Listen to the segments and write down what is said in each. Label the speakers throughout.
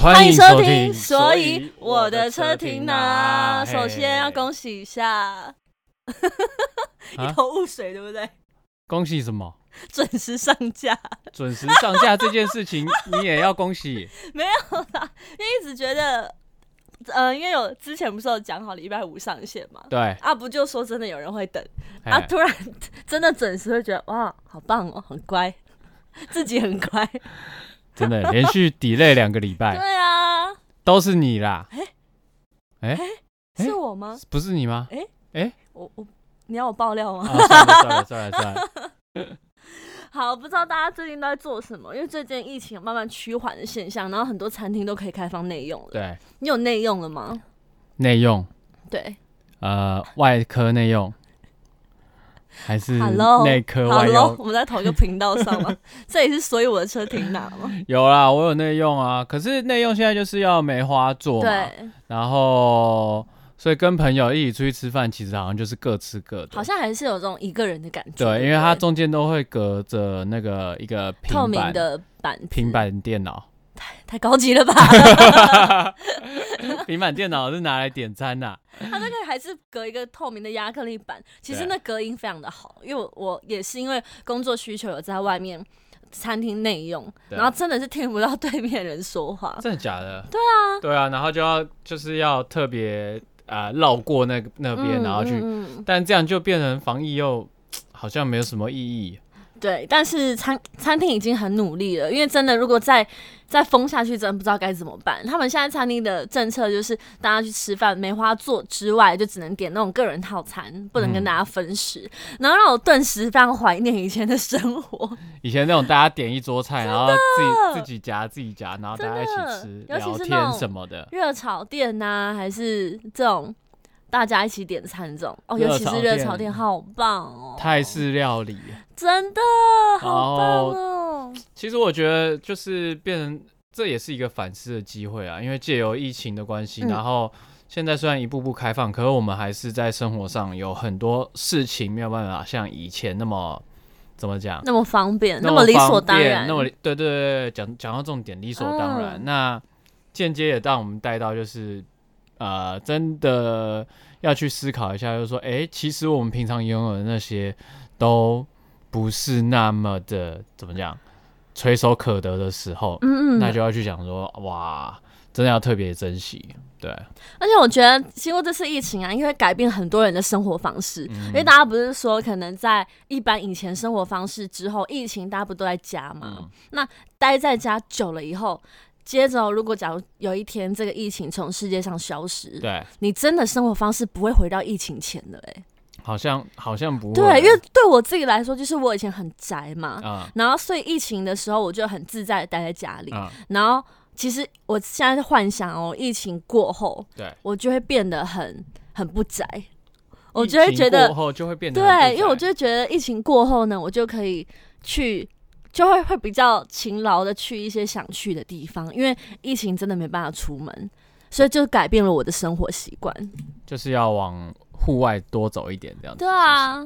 Speaker 1: 欢迎收听。
Speaker 2: 所以我的车停哪？首先要恭喜一下， 一头雾水，对不对？
Speaker 1: 啊恭喜什么？
Speaker 2: 准时上架，
Speaker 1: 准时上架这件事情，你也要恭 喜。
Speaker 2: 没有啦，因为一直觉得，呃，因为有之前不是有讲好礼拜五上线嘛，
Speaker 1: 对，
Speaker 2: 啊，不就说真的有人会等啊，
Speaker 1: 哎
Speaker 2: 突然真的准时会觉得哇，好棒哦，很乖， 自己很乖，
Speaker 1: 真的连续 delay 两个礼拜，
Speaker 2: 对啊，
Speaker 1: 都是你啦。哎
Speaker 2: 是我吗？
Speaker 1: 不是你 吗？
Speaker 2: 我我你要我爆料吗？
Speaker 1: 啊，算了算了算了算了，
Speaker 2: 好，不知道大家最近都在做什么，因为最近疫情有慢慢趋缓的现象，然后很多餐厅都可以开放内用了。
Speaker 1: 对，
Speaker 2: 你有内用了吗？
Speaker 1: 内用，
Speaker 2: 对
Speaker 1: 呃，外科内用，还是
Speaker 2: ，Hello，
Speaker 1: 内科外
Speaker 2: ，Hello，
Speaker 1: 用？
Speaker 2: 我们在同一个频道 上吗？这里是所以我的车停哪吗？
Speaker 1: 有啦，我有内用啊，可是内用现在就是要梅花座嘛，
Speaker 2: 对，
Speaker 1: 然后所以跟朋友一起出去吃饭，其实好像就是各吃各的
Speaker 2: 好。像还是有这种一个人的感觉。
Speaker 1: 对，
Speaker 2: 不
Speaker 1: 因为它中间都会隔着那个一个平
Speaker 2: 透明
Speaker 1: 板
Speaker 2: 的板子
Speaker 1: 平板电脑，
Speaker 2: 太高级了吧？
Speaker 1: 平板电脑是拿来点餐啊呐、
Speaker 2: 它那个还是隔一个透明的亚克力板，其实
Speaker 1: 对
Speaker 2: 那隔音非常的好，因为我我也是因为工作需求有在外面餐厅内用，
Speaker 1: 对
Speaker 2: 然后真的是听不到对面人说话。
Speaker 1: 真的假的？对啊，对啊，然后就要就是要特别啊绕过那个那边，
Speaker 2: 嗯
Speaker 1: 然后去，
Speaker 2: 嗯嗯
Speaker 1: 但这样就变成防疫又好像没有什么意义。
Speaker 2: 对，但是餐餐厅已经很努力了，因为真的如果再再封下去，真的不知道该怎么办。他们现在餐厅的政策就是，大家去吃饭梅花座之外，就只能点那种个人套餐，不能跟大家分食，
Speaker 1: 嗯
Speaker 2: 然后让我顿时非常怀念以前的生活，
Speaker 1: 以前那种大家点一桌菜，然后自己自己夹自己夹，然后大家一
Speaker 2: 真的
Speaker 1: 起吃
Speaker 2: 尤其
Speaker 1: 聊
Speaker 2: 是那
Speaker 1: 天
Speaker 2: 种
Speaker 1: 什么的，
Speaker 2: 热炒店呐、还是这种大家一起点餐这种哦，尤其是
Speaker 1: 热炒
Speaker 2: 热炒
Speaker 1: 店
Speaker 2: 店，好棒哦，
Speaker 1: 泰式料理。
Speaker 2: 真的好棒
Speaker 1: 然后
Speaker 2: 哦，
Speaker 1: 其实我觉得就是变成这也是一个反思的机会啊，因为借由疫情的关系，
Speaker 2: 嗯
Speaker 1: 然后现在虽然一步步开放，可是我们还是在生活上有很多事情没有办法像以前那么怎么讲，
Speaker 2: 那么方便，那
Speaker 1: 么
Speaker 2: 理所
Speaker 1: 方
Speaker 2: 当
Speaker 1: 便
Speaker 2: 然，
Speaker 1: 那么理对对对，讲讲到重点，理所当然。
Speaker 2: 嗯
Speaker 1: 那间接也让我们带到就是呃，真的要去思考一下，就是说，哎、其实我们平常拥有的那些都不是那么的怎么讲，垂手可得的时候，
Speaker 2: 嗯嗯，
Speaker 1: 那就要去想说，哇，真的要特别珍惜。对，
Speaker 2: 而且我觉得经过这次疫情啊，因为改变很多人的生活方式，
Speaker 1: 嗯
Speaker 2: 因为大家不是说可能在一般以前生活方式之后，疫情大家不都在家嘛？
Speaker 1: 嗯
Speaker 2: 待在家久了以后，接着哦如果假如有一天这个疫情从世界上消失，
Speaker 1: 嗯对，
Speaker 2: 你真的生活方式不会回到疫情前的哎、
Speaker 1: 好像好像不会，
Speaker 2: 对，因为对我自己来说，就是我以前很宅嘛，
Speaker 1: 啊
Speaker 2: 然后所以疫情的时候我就很自在地待在家里，
Speaker 1: 啊，
Speaker 2: 然后其实我现在幻想哦，疫情过后，
Speaker 1: 对，
Speaker 2: 我就会变得很很不宅，我
Speaker 1: 疫
Speaker 2: 就会
Speaker 1: 情
Speaker 2: 觉得
Speaker 1: 过后就会变得很
Speaker 2: 对，
Speaker 1: 复
Speaker 2: 因为我
Speaker 1: 杂
Speaker 2: 就会觉得疫情过后呢，我就可以去。就会会比较勤劳的去一些想去的地方，因为疫情真的没办法出门，所以就改变了我的生活习惯。
Speaker 1: 就是要往户外多走一点这样子。
Speaker 2: 对啊，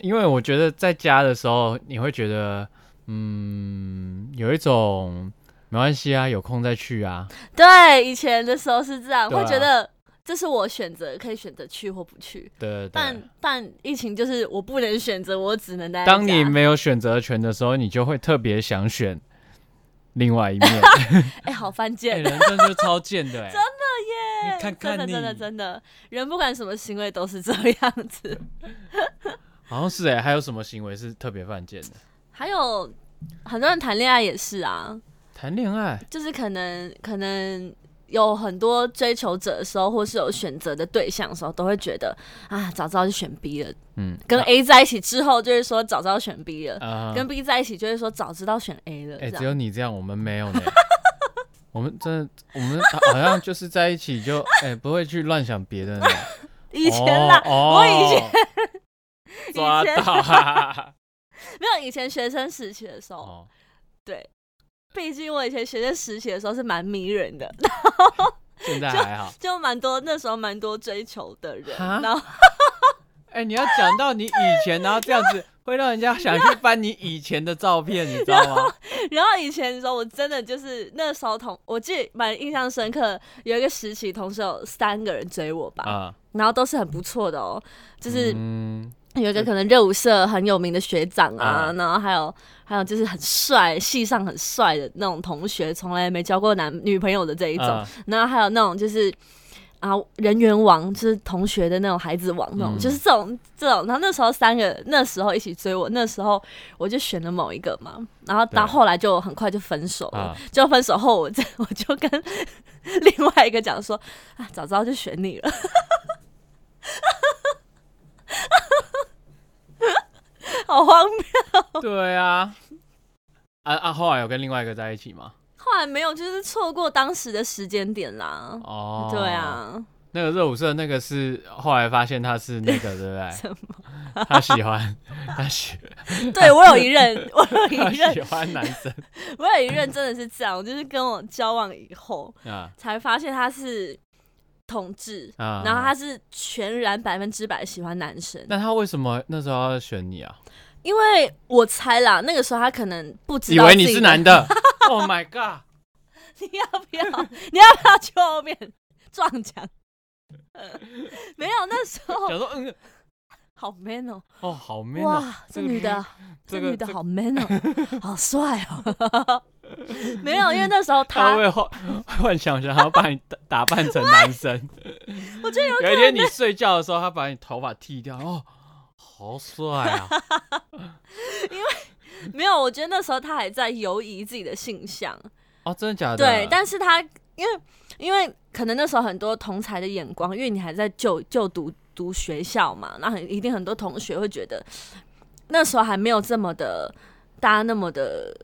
Speaker 1: 因为我觉得在家的时候，你会觉得，嗯，有一种没关系啊，有空再去啊。
Speaker 2: 对，以前的时候是这样，
Speaker 1: 对啊
Speaker 2: 会觉得这是我选择，可以选择去或不去。
Speaker 1: 对对对。
Speaker 2: 但但疫情就是我不能选择，我只能待在家。
Speaker 1: 当你没有选择权的时候，你就会特别想选另外一 面。
Speaker 2: 哎、好犯
Speaker 1: 哎
Speaker 2: 贱，
Speaker 1: 人生就是超贱的、哎真的
Speaker 2: 耶
Speaker 1: 你看看
Speaker 2: 真的真的
Speaker 1: 你
Speaker 2: 真的，人不管什么行为都是这样子。
Speaker 1: 好像是哎、还有什么行为是特别犯贱的？
Speaker 2: 还有很多人谈恋爱也是啊，
Speaker 1: 谈恋爱，
Speaker 2: 就是可能可能有很多追求者的时候，或是有选择的对象的时候，都会觉得啊，早知道就选 B 了。
Speaker 1: 嗯，
Speaker 2: 跟
Speaker 1: 啊
Speaker 2: A 在一起之后，就是说早知道选 B 了；
Speaker 1: 啊
Speaker 2: 跟 B 在一起，就是说早知道选 A 了。
Speaker 1: 哎、
Speaker 2: 这
Speaker 1: 只
Speaker 2: 样
Speaker 1: 有你这样，我们没有呢。 我们真的，我们好好像就是在一起就哎、不会去乱想别的呢。
Speaker 2: 以前啦，
Speaker 1: 哦、
Speaker 2: 我以前
Speaker 1: 前抓
Speaker 2: 以前
Speaker 1: 到、啊，
Speaker 2: 没有以前学生时期的时候，
Speaker 1: 哦，
Speaker 2: 对，毕竟我以前学生时期的时候是蛮迷人的，
Speaker 1: 现在还好。
Speaker 2: 就蛮多那时候蛮多追求的人，
Speaker 1: 哈
Speaker 2: 然后
Speaker 1: 哎、你要讲到你以前，然后这样子会让人家想去翻你以前的照片，你知道 吗？
Speaker 2: 然后以前的时候，我真的就是那时候同我记得蛮印象深刻，有一个时期同时有三个人追我吧，
Speaker 1: 啊，
Speaker 2: 然后都是很不错的哦，就是
Speaker 1: 嗯，
Speaker 2: 有一个可能热舞社很有名的学长啊，
Speaker 1: 啊
Speaker 2: 然后还有还有就是很帅，系上很帅的那种同学，从来没交过男女朋友的这一种，
Speaker 1: 啊
Speaker 2: 然后还有那种就是啊人缘王，就是同学的那种孩子王那种，
Speaker 1: 嗯
Speaker 2: 就是这种这种。然后那时候三个那时候一起追我，那时候我就选了某一个嘛，然后到
Speaker 1: 对
Speaker 2: 后来就很快就分手了
Speaker 1: 啊。
Speaker 2: 就分手后，我这我就 跟另外一个讲说啊，早知道就选你了。 好荒谬！
Speaker 1: 对啊，啊啊，后来有跟另外一个在一起吗？
Speaker 2: 后来没有，就是错过当时的时间点啦。
Speaker 1: 哦，
Speaker 2: 对，啊，
Speaker 1: 那个热舞社那个是后来发现他是那个，对不对？他喜欢，他喜，
Speaker 2: 对我有一任，我 有
Speaker 1: 他
Speaker 2: 一任
Speaker 1: 喜欢男生
Speaker 2: 我有一任真的是这样，我就是跟我交往以后
Speaker 1: 啊
Speaker 2: 才发现他是同志，
Speaker 1: 啊。
Speaker 2: 然后他是全然百分之百喜欢男生，
Speaker 1: 那他为什么那时候要选你啊？
Speaker 2: 因为我猜啦，那个时候他可能不知
Speaker 1: 以
Speaker 2: 道
Speaker 1: 为你
Speaker 2: 自己
Speaker 1: 是男，的？Oh my god！
Speaker 2: 你要不要？你要不要去后面 撞墙？ 没有，那时 候
Speaker 1: 想说嗯，
Speaker 2: 好 man 哦、
Speaker 1: 哦，好 man 哦
Speaker 2: 哇，这女的，这
Speaker 1: 这个
Speaker 2: 女的
Speaker 1: 这
Speaker 2: 好 man 哦、 好帅哦、 没有，因为那时候
Speaker 1: 他
Speaker 2: 他，
Speaker 1: 会幻 幻想想要把你打打扮成男生。
Speaker 2: 我觉得有
Speaker 1: 有一天你睡觉的时候，他把你头发剃掉，哦，好帅 啊！
Speaker 2: 没有，我觉得那时候他还在犹疑自己的性向，
Speaker 1: 哦，真的假的？
Speaker 2: 对，但是他因为因为可能那时候很多同才的眼光，因为你还在就就读读学校嘛，那很一定很多同学会觉得那时候还没有这么的大家那么的，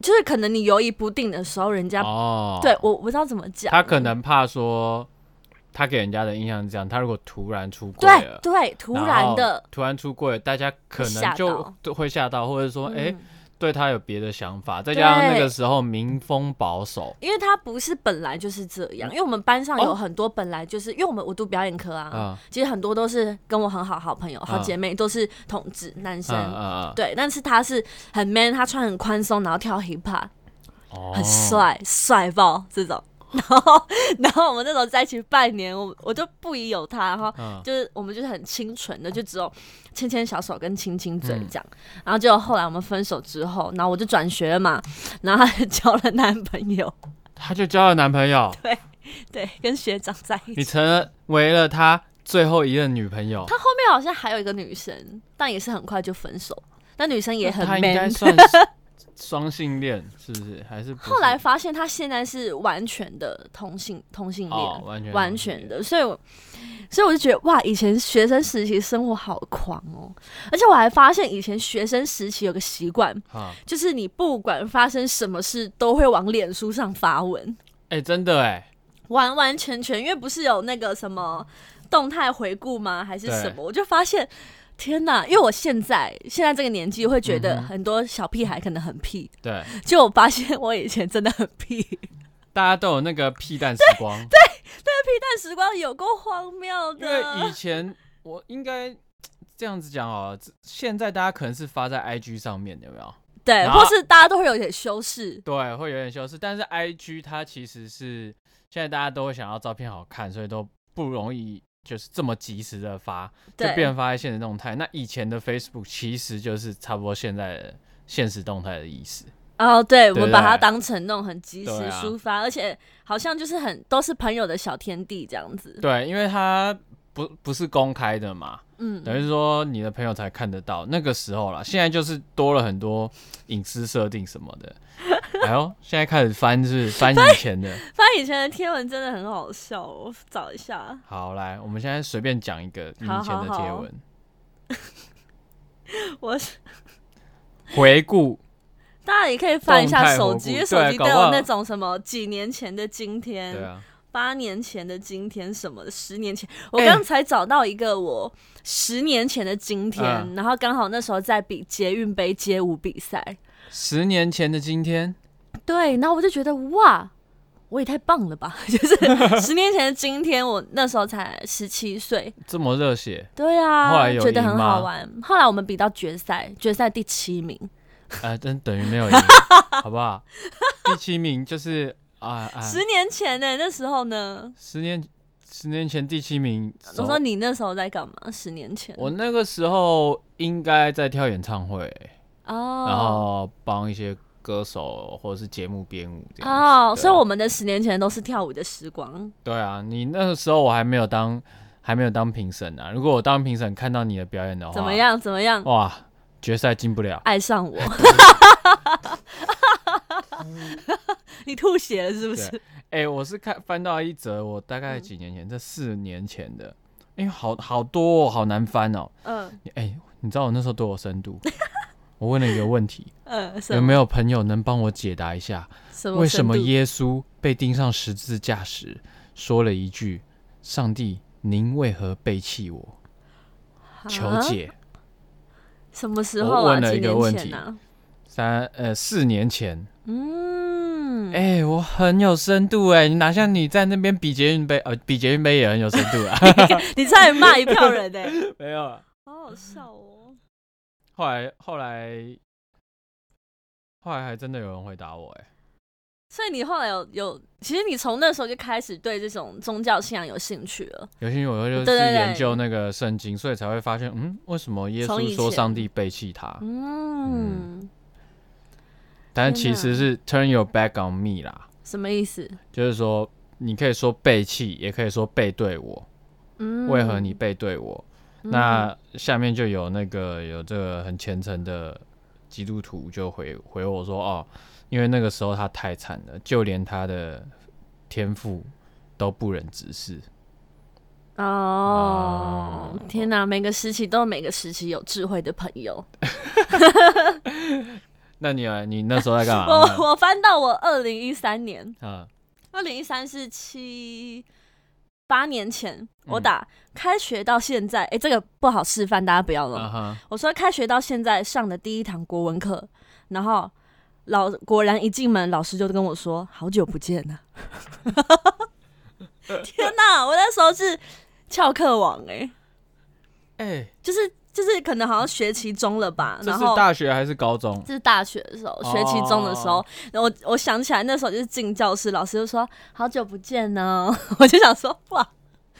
Speaker 2: 就是可能你犹疑不定的时候，人家、
Speaker 1: 哦，
Speaker 2: 对我我不知道怎么讲，
Speaker 1: 他可能怕说，他给人家的印象是这样，他如果突然出柜
Speaker 2: 对
Speaker 1: 了，
Speaker 2: 对突然的
Speaker 1: 后。突然出柜，大家可
Speaker 2: 会吓
Speaker 1: 能
Speaker 2: 到
Speaker 1: 就都会吓到，或者说，
Speaker 2: 嗯
Speaker 1: 哎、对他有别的想法，再加上那
Speaker 2: 对
Speaker 1: 个时候民风保守，
Speaker 2: 因为他不是本来就是这样，因为我们班上有
Speaker 1: 哦
Speaker 2: 很多本来就是，因为我们我读表演科啊，
Speaker 1: 嗯
Speaker 2: 其实很多都是跟我很好好朋友、好
Speaker 1: 嗯
Speaker 2: 姐妹，都是同志男生，
Speaker 1: 嗯嗯
Speaker 2: 对，但是他是很 man，他穿很宽松，然后跳 hip hop，
Speaker 1: 嗯，
Speaker 2: 很
Speaker 1: 哦，
Speaker 2: 帅，帅、爆这种。 然后，然后我们那时候在一起半年，我我就不疑有他，然后
Speaker 1: 嗯，
Speaker 2: 就是我们就是很清纯的，就只有牵牵小手跟亲亲嘴
Speaker 1: 嗯
Speaker 2: 这样。然后就后来我们分手之后，然后我就转学了嘛， 然后他就交了男朋友，
Speaker 1: 他就交了男朋友，
Speaker 2: 对，跟学长在一
Speaker 1: 你
Speaker 2: 起。
Speaker 1: 成为了他最后一任女朋友，
Speaker 2: 他后面好像还有一个女生，但也是很快就分手。那女生也很
Speaker 1: 他应
Speaker 2: man，
Speaker 1: 该算是 双性恋，是不是？还是不是
Speaker 2: 后来发现他现在是完全的同性同性恋、
Speaker 1: 哦，完全
Speaker 2: 完全的，所以我所以我就觉得哇，以前学生时期生活好狂哦，而且我还发现以前学生时期有个习惯，
Speaker 1: 啊，
Speaker 2: 就是你不管发生什么事都会往脸书上发文，
Speaker 1: 哎、真的哎，
Speaker 2: 完完全全，因为不是有那个什么动态回顾吗？还是什么？我就发现。天呐！因为我现在现在这个年纪，会觉得
Speaker 1: 嗯哼
Speaker 2: 很多小屁孩可能很屁，
Speaker 1: 对，
Speaker 2: 就我发现我以前真的很屁。
Speaker 1: 大家都有那个屁蛋时 光，
Speaker 2: 但时光有够荒谬
Speaker 1: 因为以
Speaker 2: 的，
Speaker 1: 前我应该这样子讲好了，这现在大家可能是发在 IG 上面，有没有？
Speaker 2: 对，
Speaker 1: 然后
Speaker 2: 或是大家都会有点修饰，
Speaker 1: 对，会有点修饰，但是 IG 它其实是现在大家都会想要照片好看，所以都不容易就是这么及时的发，就
Speaker 2: 对，
Speaker 1: 变发在现实动态。那以前的 Facebook 其实就是差不多现在的现实动态的意思。
Speaker 2: 哦，对，我
Speaker 1: 对
Speaker 2: 们
Speaker 1: 对
Speaker 2: 把它当成那种很及时
Speaker 1: 对啊
Speaker 2: 抒发，而且好像就是很都是朋友的小天地这样子，
Speaker 1: 对，因为它不不是公开的嘛，
Speaker 2: 嗯，
Speaker 1: 等于说你的朋友才看得到那个时候啦，现在就是多了很多隐私设定什么 的。哎呦，现在开始翻是翻以前的。
Speaker 2: 翻以前的贴文真的很好笑，我找一下，
Speaker 1: 好，来，我们现在随便讲一个你
Speaker 2: 好
Speaker 1: 以前的贴
Speaker 2: 好好
Speaker 1: 文，
Speaker 2: 我
Speaker 1: 回顾
Speaker 2: 大家也可以翻一
Speaker 1: 动
Speaker 2: 下
Speaker 1: 态
Speaker 2: 手
Speaker 1: 回
Speaker 2: 机，
Speaker 1: 顾
Speaker 2: 因为手
Speaker 1: 对
Speaker 2: 机
Speaker 1: 搞
Speaker 2: 都
Speaker 1: 不
Speaker 2: 有
Speaker 1: 好
Speaker 2: 那种什么几年前的今天，
Speaker 1: 对啊，
Speaker 2: 八年前的今天什么的，十年前，我
Speaker 1: 哎
Speaker 2: 刚才找到一个我十年前的今天，
Speaker 1: 嗯
Speaker 2: 然后刚好那时候在比捷运杯街舞比赛，
Speaker 1: 十年前的今天，
Speaker 2: 对，然后我就觉得哇，我也太棒了吧！ 就是十年前的今天，我那时候才十七岁，
Speaker 1: 这么热血，
Speaker 2: 对啊，
Speaker 1: 后来有
Speaker 2: 觉得
Speaker 1: 赢
Speaker 2: 很
Speaker 1: 吗
Speaker 2: 好玩。后来我们比到决赛，决赛第七名，
Speaker 1: 呃，真等于没 有赢，好不好？第七名就是啊啊，
Speaker 2: 十年前呢、那时候呢，
Speaker 1: 十年十年前第七名，
Speaker 2: 我说你那时候在干嘛？十年前，
Speaker 1: 我那个时候应该在跳演唱会，然
Speaker 2: 哦
Speaker 1: 后帮一些歌手或者是节目编舞这样子。对
Speaker 2: 哦，
Speaker 1: 啊
Speaker 2: 所以我们的十年前都是跳舞的时光。
Speaker 1: 对啊，你那个时候我还没有当还没有当评审啊。如果我当评审看到你的表演的话，
Speaker 2: 怎么？样？怎么样？
Speaker 1: 哇，决赛进不了。
Speaker 2: 爱上 我？ 你吐血了是不是？
Speaker 1: 哎、我是看翻到一则，我大
Speaker 2: 嗯
Speaker 1: 概几年前，这四年前的，因为好好多、哦，好难翻哦。
Speaker 2: 嗯
Speaker 1: 哎、你知道我那时候多有深 度？我问了一个问题，
Speaker 2: 嗯，什
Speaker 1: 有
Speaker 2: 么
Speaker 1: 没有朋友能帮我解答一下？
Speaker 2: 什么
Speaker 1: 为什
Speaker 2: 深
Speaker 1: 么
Speaker 2: 度
Speaker 1: 耶稣被钉上十字架时说了一句：“上帝，您为何背弃我？”求
Speaker 2: 啊
Speaker 1: 解。
Speaker 2: 什么时
Speaker 1: 我
Speaker 2: 候啊？
Speaker 1: 问了
Speaker 2: 几
Speaker 1: 一个
Speaker 2: 年
Speaker 1: 问
Speaker 2: 前
Speaker 1: 题
Speaker 2: 啊？
Speaker 1: 三呃四年前，
Speaker 2: 嗯，
Speaker 1: 哎、我很有深度哎、你哪像你在那边比捷运杯，呃，比捷运杯也很有深度 啊。
Speaker 2: 你差点骂一票人呢、
Speaker 1: 没有啊，
Speaker 2: 好好笑哦。
Speaker 1: 后来后来后来还真的有人回答我哎、
Speaker 2: 所以你后来有有，其实你从那时候就开始对这种宗教信仰有兴趣了。
Speaker 1: 有些我就是
Speaker 2: 对对对
Speaker 1: 研究那个圣经，所以才会发现，嗯，为什么耶
Speaker 2: 从以
Speaker 1: 稣说
Speaker 2: 前
Speaker 1: 上帝背弃他？
Speaker 2: 嗯，
Speaker 1: 但
Speaker 2: 天
Speaker 1: 其
Speaker 2: 哪
Speaker 1: 实是 turn your back on me 啦，
Speaker 2: 什么意思？
Speaker 1: 就是说你可以说背弃，也可以说背对我。
Speaker 2: 嗯，
Speaker 1: 为何你背对我？
Speaker 2: 嗯
Speaker 1: 那下面就有那个有这个很虔诚的基督徒就回回我说哦，因为那个时候他太惨了，就连他的天赋都不忍直视。
Speaker 2: 哦
Speaker 1: 啊，
Speaker 2: 天哪！每个时期都有每个时期有智慧的朋友。
Speaker 1: 那你啊你那时候在干 嘛？
Speaker 2: 我我翻到我二零一三年，
Speaker 1: 啊，
Speaker 2: 二零一三是七八年前，
Speaker 1: 嗯
Speaker 2: 我打开学到现在，哎、这个不好示范，大家不要
Speaker 1: 啊
Speaker 2: 了。
Speaker 1: 哈，
Speaker 2: 我说开学到现在上的第一堂国文课，然后老果然一进门，老师就跟我说：“好久不见呐、 天哪！我那时候是翘课王哎、嗯
Speaker 1: 哎、
Speaker 2: 就是就是可能好像学期中了吧，
Speaker 1: 这
Speaker 2: 然
Speaker 1: 是
Speaker 2: 后
Speaker 1: 大学还是高中？
Speaker 2: 这是大学的时候，学期中的时
Speaker 1: 哦
Speaker 2: 候，然后我我想起来那时候就是进教室，老师就说好久不见呢， 我就想说哇，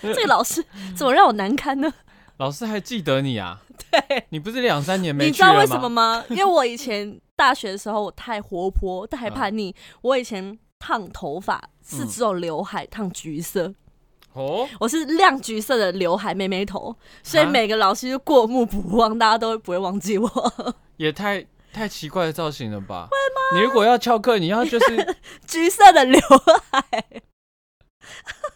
Speaker 2: 这个老师怎么让我难堪呢？
Speaker 1: 老师还记得你啊？
Speaker 2: 对，
Speaker 1: 你不是两三年没
Speaker 2: 你知
Speaker 1: 去了
Speaker 2: 道
Speaker 1: 吗？
Speaker 2: 为什么吗？因为我以前大学的时候我太活泼，太
Speaker 1: 嗯
Speaker 2: 叛逆，我以前烫头发是只有刘海烫橘色，
Speaker 1: 哦，
Speaker 2: 我是亮橘色的刘海妹妹头，所以
Speaker 1: 啊
Speaker 2: 每个老师就过目不忘，大家都不会忘记我
Speaker 1: 也太太奇怪的造型了吧？会吗？你如果要翘课，你要 就是
Speaker 2: 橘色的刘海。
Speaker 1: 嗯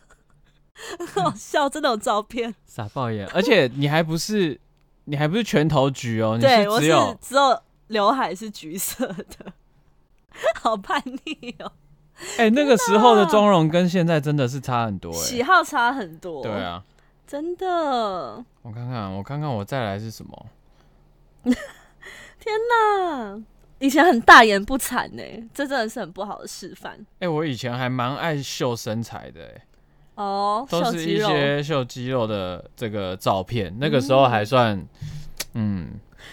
Speaker 2: 很好笑，真的有照片。
Speaker 1: 傻爆眼，而且你还不是你还不是全头橘哦，你
Speaker 2: 对，我
Speaker 1: 只
Speaker 2: 是啊
Speaker 1: 有
Speaker 2: 只有刘海是橘色的， 好叛逆哦，
Speaker 1: 哎、那个时候的妆容跟现在真的是差很多哎、
Speaker 2: 喜好差很多。
Speaker 1: 对，啊，
Speaker 2: 真的。
Speaker 1: 我看看，我看看我再来是什么？
Speaker 2: 那啊以前很大言不惭呢、这真的是很不好的示范
Speaker 1: 哎、我以前还蛮爱秀身材的、哎，
Speaker 2: 哦。
Speaker 1: 都
Speaker 2: 秀
Speaker 1: 是
Speaker 2: 肌
Speaker 1: 一
Speaker 2: 肉，
Speaker 1: 些秀肌肉的这个照片，那个时候还算，嗯，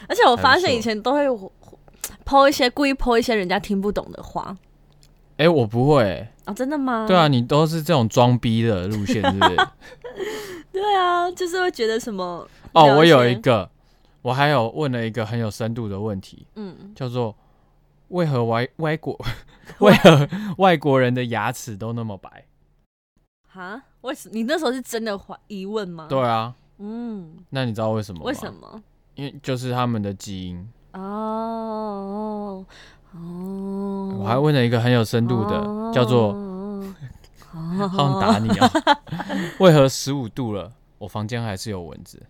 Speaker 2: 而且我发
Speaker 1: 还不
Speaker 2: 现
Speaker 1: 错
Speaker 2: 以前都会剖一些故意剖一些人家听不懂的话
Speaker 1: 哎、我不会、哎
Speaker 2: 哦，真的吗？
Speaker 1: 对啊，，你都是这种装逼的路线，是不是？
Speaker 2: 对啊，就是会觉得什么
Speaker 1: 哦
Speaker 2: 了，
Speaker 1: 我有
Speaker 2: 解
Speaker 1: 一个，我还有问了一个很有深度的问题，
Speaker 2: 嗯，
Speaker 1: 叫做为何外外 国为何外国人的牙齿都那么白？
Speaker 2: 哈，为什你那时候是真的怀疑问吗？
Speaker 1: 对，啊，
Speaker 2: 嗯，
Speaker 1: 那你知道为什么吗？
Speaker 2: 为什？么？
Speaker 1: 因为就是他们的基因。
Speaker 2: 哦哦，
Speaker 1: 我还问了一个很有深度的，叫做
Speaker 2: 哦
Speaker 1: “好想打你啊”， 为何十五度了，我房间还是有蚊子？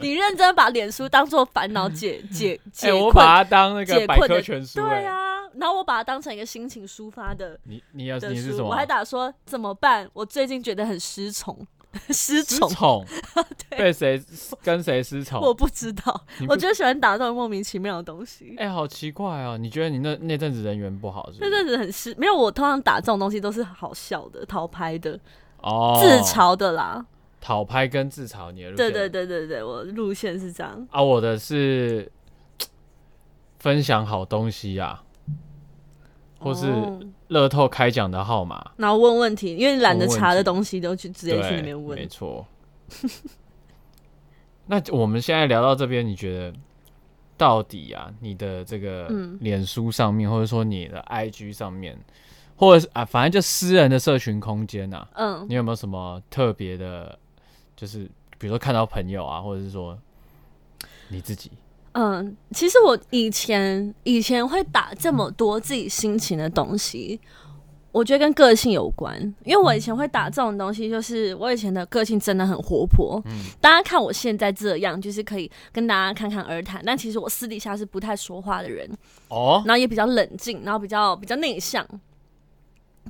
Speaker 2: 你认真把脸书当做烦恼 解解
Speaker 1: 哎、
Speaker 2: 解
Speaker 1: 我
Speaker 2: 困，
Speaker 1: 把它当那
Speaker 2: 解
Speaker 1: 个百
Speaker 2: 困
Speaker 1: 科
Speaker 2: 的
Speaker 1: 全书、哎
Speaker 2: 对啊，然后我把它当成一个心情抒发的
Speaker 1: 你你要
Speaker 2: 的
Speaker 1: 你是什
Speaker 2: 书，
Speaker 1: 么？
Speaker 2: 我还打说怎么办？我最近觉得很失宠，失
Speaker 1: 失
Speaker 2: 宠，
Speaker 1: 宠
Speaker 2: 对
Speaker 1: 被谁跟谁失宠？
Speaker 2: 我不知道
Speaker 1: 你，不
Speaker 2: 我就喜欢打这种莫名其妙的东西。
Speaker 1: 哎、好奇怪哦！你觉得你那那阵子人缘不好是不
Speaker 2: 那
Speaker 1: 是？
Speaker 2: 阵子很失，没有我通常打这种东西都是好笑的、讨拍的、
Speaker 1: 哦，
Speaker 2: 自、嘲的啦。
Speaker 1: 讨拍跟自嘲，你的路
Speaker 2: 对
Speaker 1: 线
Speaker 2: 对对对对，我路线是这样。
Speaker 1: 啊，我的是分享好东西啊，或是
Speaker 2: 哦
Speaker 1: 乐透开奖的号码，
Speaker 2: 然后问问题，因为懒得
Speaker 1: 问问
Speaker 2: 查的
Speaker 1: 题
Speaker 2: 东西都去直接去里
Speaker 1: 对，
Speaker 2: 面
Speaker 1: 没
Speaker 2: 问。
Speaker 1: 错。那我们现在聊到这边，你觉得到底啊，你的这个
Speaker 2: 嗯
Speaker 1: 脸书上面，或者说你的 IG 上面，或者是啊，反正就私人的社群空间啊，
Speaker 2: 嗯，
Speaker 1: 你有没有什么特别的，就是比如说看到朋友啊，或者是说你自己，
Speaker 2: 嗯，其实我以前以前会打这么多自己心情的东西，我觉得跟个性有关。因为我以前会打这种东西，就是我以前的个性真的很活泼。
Speaker 1: 嗯
Speaker 2: 大家看我现在这样，就是可以跟大家侃侃而谈，但其实我私底下是不太说话的人，
Speaker 1: 哦，
Speaker 2: 然后也比较冷静，然后比较比较内向。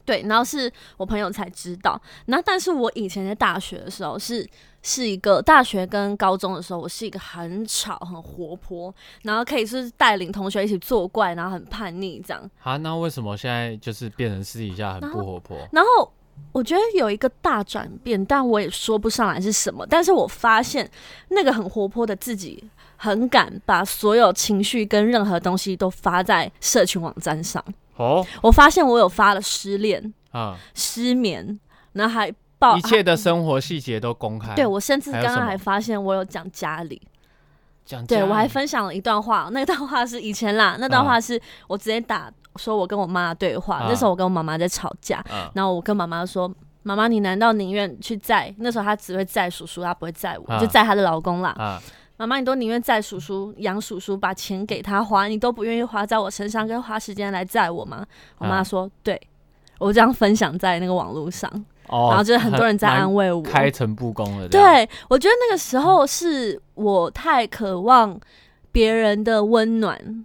Speaker 2: 对，然后是我朋友才知道。然后，但是我以前在大学的时候是是一个大学跟高中的时候，我是一个很吵、很活泼，然后可以是带领同学一起作怪，然后很叛逆这样。
Speaker 1: 啊，那为什么现在就是变成私底下很
Speaker 2: 然
Speaker 1: 不
Speaker 2: 后
Speaker 1: 活泼？
Speaker 2: 然后我觉得有一个大转变，但我也说不上来是什么。但是我发现那个很活泼的自己，很敢把所有情绪跟任何东西都发在社群网站上。
Speaker 1: 哦，
Speaker 2: 我发现我有发了失恋、
Speaker 1: 啊，
Speaker 2: 失眠，然后还报
Speaker 1: 一切的生活细节都公开。
Speaker 2: 哦对我甚至
Speaker 1: 还
Speaker 2: 刚
Speaker 1: 有什
Speaker 2: 刚
Speaker 1: 么
Speaker 2: 还发现我有讲家里，
Speaker 1: 讲家
Speaker 2: 对
Speaker 1: 里，
Speaker 2: 我还分享了一段话， 那段话是以前
Speaker 1: 嗯
Speaker 2: 啦，那段话是我直接打说我跟我妈的对话，
Speaker 1: 啊
Speaker 2: 那时候我跟我妈妈在吵架，
Speaker 1: 啊
Speaker 2: 然后我跟妈妈说。妈妈，你难道宁愿去载？那时候她只会载叔叔，她不会载我，
Speaker 1: 啊
Speaker 2: 就载她的老公啦。
Speaker 1: 啊，
Speaker 2: 妈妈，你都宁愿载叔叔、养叔叔，把钱给他花，你都不愿意花在我身上，跟花时间来载我吗？我妈
Speaker 1: 啊
Speaker 2: 说，对，我这样分享在那个网络上，
Speaker 1: 哦，
Speaker 2: 然后就是很多人在
Speaker 1: 蛮
Speaker 2: 安慰我。
Speaker 1: 开诚布公了，这样，
Speaker 2: 对，我觉得那个时候是我太渴望别人的温暖。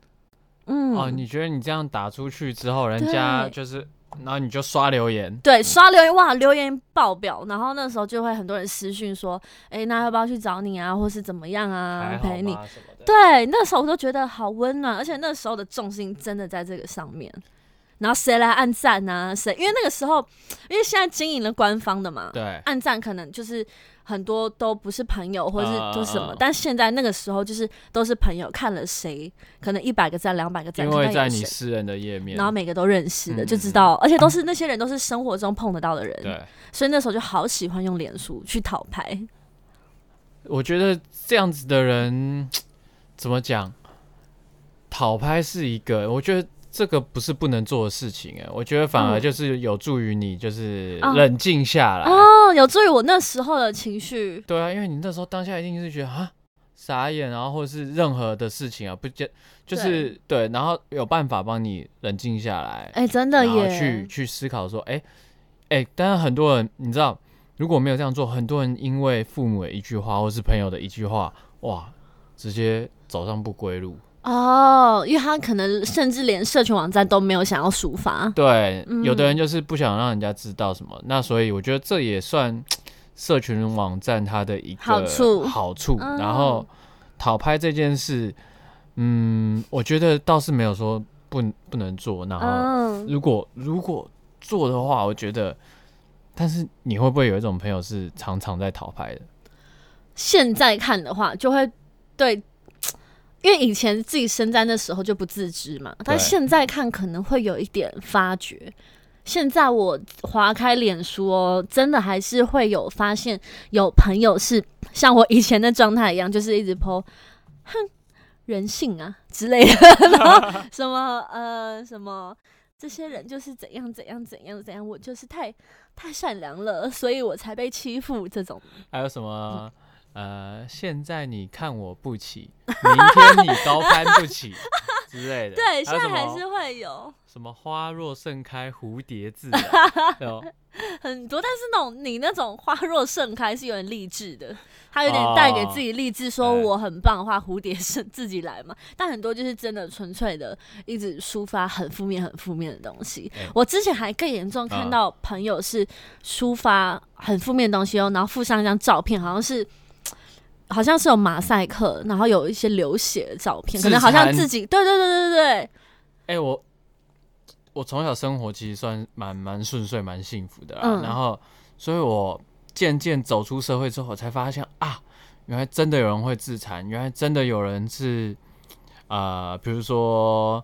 Speaker 2: 嗯，
Speaker 1: 哦，你觉得你这样打出去之后，人家
Speaker 2: 对
Speaker 1: 就是，然后你就刷留言，
Speaker 2: 对，刷留言哇，留言爆表，然后那时候就会很多人私讯说，哎、那要不要去找你啊，或是怎么样啊
Speaker 1: 还，好
Speaker 2: 陪你。
Speaker 1: 吗什么的。
Speaker 2: 对，那时候我都觉得好温暖，而且那时候的重心真的在这个上面。然后谁来按赞呢、谁？因为那个时候，因为现在经营了官方的嘛，
Speaker 1: 对，
Speaker 2: 暗赞可能就是很多都不是朋友，或是
Speaker 1: 啊
Speaker 2: 都什么，
Speaker 1: 啊啊
Speaker 2: 但现在那个时候就是都是朋友，看了谁可能一百个赞、两百个赞，
Speaker 1: 因
Speaker 2: 看
Speaker 1: 为
Speaker 2: 看
Speaker 1: 在
Speaker 2: 有
Speaker 1: 你
Speaker 2: 谁
Speaker 1: 私人的页面
Speaker 2: 然，后每个都认识
Speaker 1: 嗯
Speaker 2: 的，就知道，而且都是那些人都是生活中碰得到的人，
Speaker 1: 对，
Speaker 2: 所以那时候就好喜欢用脸书去讨牌，
Speaker 1: 我觉得这样子的人怎么讲，讨拍是一个，我觉得这个不是不能做的事情哎，我觉得反而
Speaker 2: 嗯
Speaker 1: 就是有助于你就是
Speaker 2: 啊
Speaker 1: 冷静下来。
Speaker 2: 哦，有助于我那时候的情绪，
Speaker 1: 对啊，因为你那时候当下一定是觉得啊傻眼，然后或者是任何的事情啊，不就就是对，然后有办法帮你冷静下来，
Speaker 2: 哎、真的
Speaker 1: 然后
Speaker 2: 耶，
Speaker 1: 去去思考说，哎、哎、当然很多人你知道，如果没有这样做，很多人因为父母的一句话，或是朋友的一句话，哇，直接走上不归路。
Speaker 2: 哦，因为他可能甚至连社群网站都没有想要抒发，
Speaker 1: 对，
Speaker 2: 嗯
Speaker 1: 有的人就是不想让人家知道什么，那所以我觉得这也算社群网站它的一个
Speaker 2: 好处
Speaker 1: 好处
Speaker 2: 嗯
Speaker 1: 然后讨拍这件事，嗯，我觉得倒是没有说不不能做。然后
Speaker 2: 嗯，
Speaker 1: 如果如果做的话，我觉得，但是你会不会有一种朋友是常常在讨拍的？
Speaker 2: 现在看的话，就会对，因为以前自己身在那时候就不自知嘛，但现在看可能会有一点发觉。现在我划开脸书哦，真的还是会有发现有朋友是像我以前的状态一样，就是一直 po，哼，人性啊之类的，然后什么呃什么，这些人就是怎样怎样怎样怎样，我就是太太善良了，所以我才被欺负这种。
Speaker 1: 还有什么？呃，现在你看我不起，明天你高攀不起之之类的。 还
Speaker 2: 对，现
Speaker 1: 有
Speaker 2: 在
Speaker 1: 什
Speaker 2: 还
Speaker 1: 么
Speaker 2: 是会有
Speaker 1: 什么花若盛开，蝴蝶自 来，有
Speaker 2: 很多，但是那种你那种花若盛开是有点励志的，他有点带给自己励志，说
Speaker 1: 哦对
Speaker 2: 我很棒的话，蝴蝶是自己来嘛。但很多就是真的纯粹的一直抒发很负面、很负面的东西
Speaker 1: 哎。
Speaker 2: 我之前还更严重，看
Speaker 1: 啊
Speaker 2: 到朋友是抒发很负面的东西哦，然后附上一张照片，好像是。好像是有马赛克，然后有一些流血的照片，可能好像
Speaker 1: 自残
Speaker 2: 自己对对对对对
Speaker 1: 哎、我我从小生活其实算蛮蛮顺遂、蛮幸福的啦。
Speaker 2: 嗯
Speaker 1: 然后，所以我渐渐走出社会之后，我才发现啊，原来真的有人会自残，原来真的有人是呃，比如说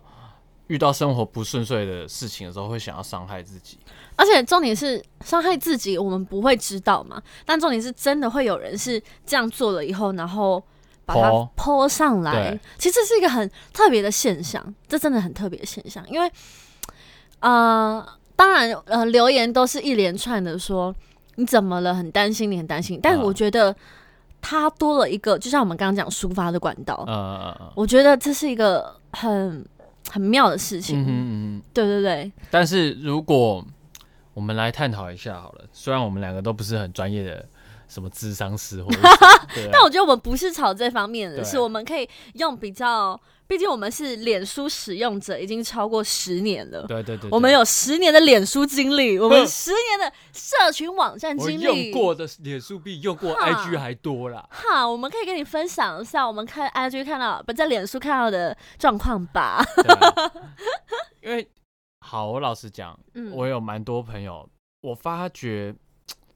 Speaker 1: 遇到生活不顺遂的事情的时候，会想要伤害自己。
Speaker 2: 而且重点是伤害自己，我们不会知道嘛。但重点是真的会有人是这样做了以后，然后把它
Speaker 1: 剖
Speaker 2: 剖上来
Speaker 1: 对。
Speaker 2: 其实这是一个很特别的现象，这真的很特别的现象，因为呃，当然呃，留言都是一连串的说你怎么了，很担心，你很担心。但
Speaker 1: 啊
Speaker 2: 我觉得它多了一个，就像我们刚刚讲抒发的管道，
Speaker 1: 呃，嗯
Speaker 2: 我觉得这是一个很很妙的事情。
Speaker 1: 嗯哼嗯
Speaker 2: 对对对，
Speaker 1: 哼。但是如果我们来探讨一下好了，虽然我们两个都不是很专业的什么智商师或者什 么，对啊
Speaker 2: 但我觉得我们不是吵这方面的，
Speaker 1: 对
Speaker 2: 是我们可以用比较，毕竟我们是脸书使用者，已经超过十年了。
Speaker 1: 对啊对对，
Speaker 2: 我
Speaker 1: 对
Speaker 2: 们有十年的脸书经历，我们
Speaker 1: 哼
Speaker 2: 十年的社群网站
Speaker 1: 我
Speaker 2: 经
Speaker 1: 用
Speaker 2: 历。
Speaker 1: 过的脸书币用过
Speaker 2: 哈
Speaker 1: IG 还多 啦。
Speaker 2: 哈，我们可以跟你分享一下我们看 IG 看到不在脸书看到的状况吧。
Speaker 1: 对啊因为好，我老实讲，
Speaker 2: 嗯，
Speaker 1: 我有蛮多朋友，我发觉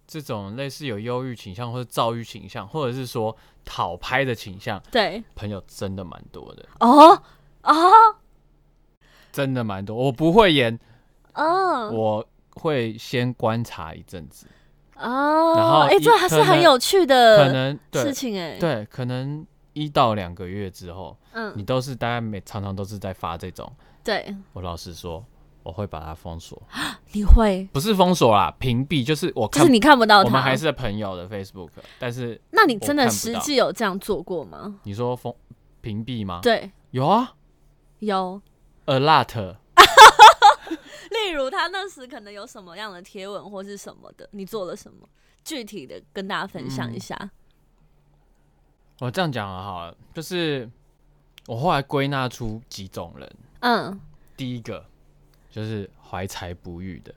Speaker 1: 这种类似有忧郁倾向或者躁郁倾向，或者是说讨拍的倾向，
Speaker 2: 对，
Speaker 1: 朋友真的蛮多的，
Speaker 2: 哦哦
Speaker 1: 真的蛮多。我不会演，
Speaker 2: 哦
Speaker 1: 我会先观察一阵子，然后
Speaker 2: 哦，哎，
Speaker 1: 一
Speaker 2: 这还
Speaker 1: 可
Speaker 2: 是
Speaker 1: 能
Speaker 2: 很有趣
Speaker 1: 可
Speaker 2: 的
Speaker 1: 能
Speaker 2: 呃事
Speaker 1: 对
Speaker 2: 情哎。，
Speaker 1: 对，可能一到两个月之后，你
Speaker 2: 嗯，
Speaker 1: 都是大概每常常都是在发这种。
Speaker 2: 对，
Speaker 1: 我老实说，我会把它封锁，
Speaker 2: 你会，
Speaker 1: 不是封锁啦，屏蔽，就是我
Speaker 2: 就
Speaker 1: 看
Speaker 2: 是你看不到
Speaker 1: 我们
Speaker 2: 他
Speaker 1: 还，是朋友的 Facebook，但是
Speaker 2: 那你真的
Speaker 1: 我看不
Speaker 2: 实
Speaker 1: 到
Speaker 2: 际有这样做过吗？
Speaker 1: 你说封屏蔽吗？，
Speaker 2: 对，
Speaker 1: 有啊
Speaker 2: 有。
Speaker 1: ，a lot，
Speaker 2: 例如他那时可能有什么样的贴文或是什么的，你做了什么？具体的跟大家分享一下。
Speaker 1: 我这样讲了好了，就是我后来归纳出几种人，
Speaker 2: 嗯
Speaker 1: 第一个就是怀才不遇的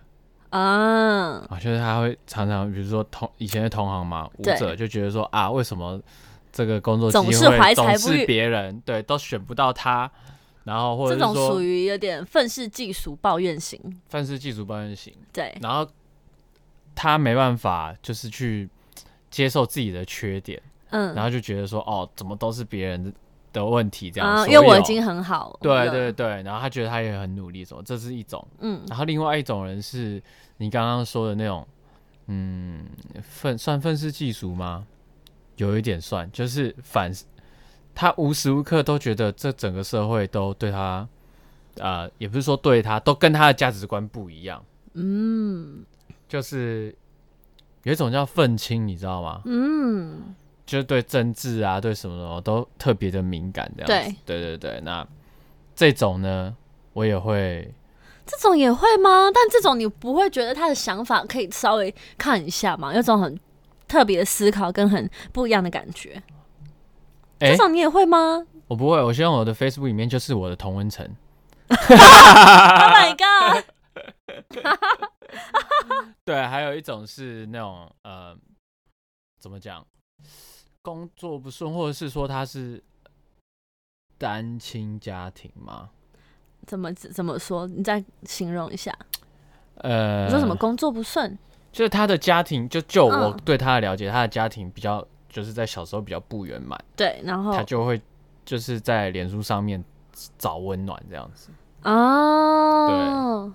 Speaker 2: 啊，
Speaker 1: 啊，就是他会常常比如说同以前的同行嘛，舞
Speaker 2: 对
Speaker 1: 者就觉得说啊，为什么这个工作机
Speaker 2: 总
Speaker 1: 会
Speaker 2: 是怀才
Speaker 1: 总
Speaker 2: 不遇
Speaker 1: 是别人对都选不到他，然后或
Speaker 2: 这
Speaker 1: 者
Speaker 2: 种
Speaker 1: 是
Speaker 2: 属
Speaker 1: 说
Speaker 2: 于有点愤世嫉俗、抱怨型。
Speaker 1: 凡是技术班人行。
Speaker 2: 对，
Speaker 1: 然后他没办法，就是去接受自己的缺点，然
Speaker 2: 嗯，
Speaker 1: 后就觉得说，哦，怎么都是别人的问题这样，
Speaker 2: 啊，
Speaker 1: 所
Speaker 2: 因为
Speaker 1: 有
Speaker 2: 我已经很好了。
Speaker 1: 对对对，然后他觉得他也很努力，什么，这是一种。
Speaker 2: 嗯，
Speaker 1: 然后另外一种人是你刚刚说的那种，嗯，愤算愤世嫉俗吗？有一点算，就是反，他无时无刻都觉得这整个社会都对他，呃，也不是说对他，都跟他的价值观不一样。
Speaker 2: 嗯
Speaker 1: 就是有一种叫愤青，你知道吗？
Speaker 2: 嗯，
Speaker 1: 就是对政治啊，对什么什么都特别的敏感这样子。对对对那这种呢，我也会
Speaker 2: 这种也会吗？但这种你不会觉得他的想法可以稍微看一下吗？有种很特别的思考跟很不一样的感觉。
Speaker 1: 哎
Speaker 2: 这种你也会吗？
Speaker 1: 我不会，我希望我的 Facebook 里面就是我的同温层。
Speaker 2: Oh my god！
Speaker 1: 对，还有一种是那种呃，怎么讲，工作不顺，或者是说他是单亲家庭嘛？
Speaker 2: 怎么怎么说？你再形容一下。
Speaker 1: 呃，
Speaker 2: 你说什么工作不顺？
Speaker 1: 就是他的家庭，就就我
Speaker 2: 嗯
Speaker 1: 对他的了解，他的家庭比较就是在小时候比较不圆满，
Speaker 2: 对，然后
Speaker 1: 他就会就是在脸书上面找温暖这样子。
Speaker 2: 哦，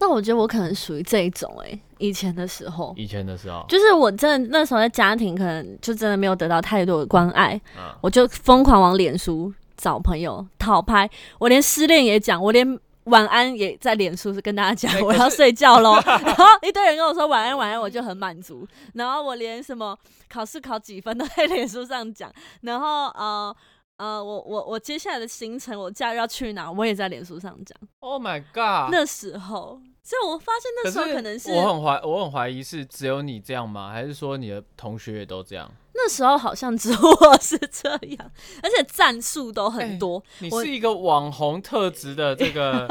Speaker 2: 那我觉得我可能属于这一种哎、以前的时候。
Speaker 1: 以前的时候，
Speaker 2: 就是我真的那时候在家庭，可能就真的没有得到太多的关爱，
Speaker 1: 嗯，
Speaker 2: 我就疯狂往脸书找朋友讨拍，我连失恋也讲，我连晚安也在脸书跟大家
Speaker 1: 哎
Speaker 2: 讲
Speaker 1: 可
Speaker 2: 我
Speaker 1: 是
Speaker 2: 要睡觉 喽，然后一堆人跟我说晚安晚安，我就很满足，然后我连什么考试考几分都在脸书上讲，然后呃。呃，我我我接下来的行程，我假日要去哪，我也在脸书上讲。
Speaker 1: Oh my god！
Speaker 2: 那时候，所以我发现那时候可能是
Speaker 1: 我很怀，我很怀疑是只有你这样吗？还是说你的同学也都这样？
Speaker 2: 那时候好像只有我是这样，而且战术都
Speaker 1: 哎
Speaker 2: 很多。
Speaker 1: 你
Speaker 2: 我
Speaker 1: 是一个网红特质的这 个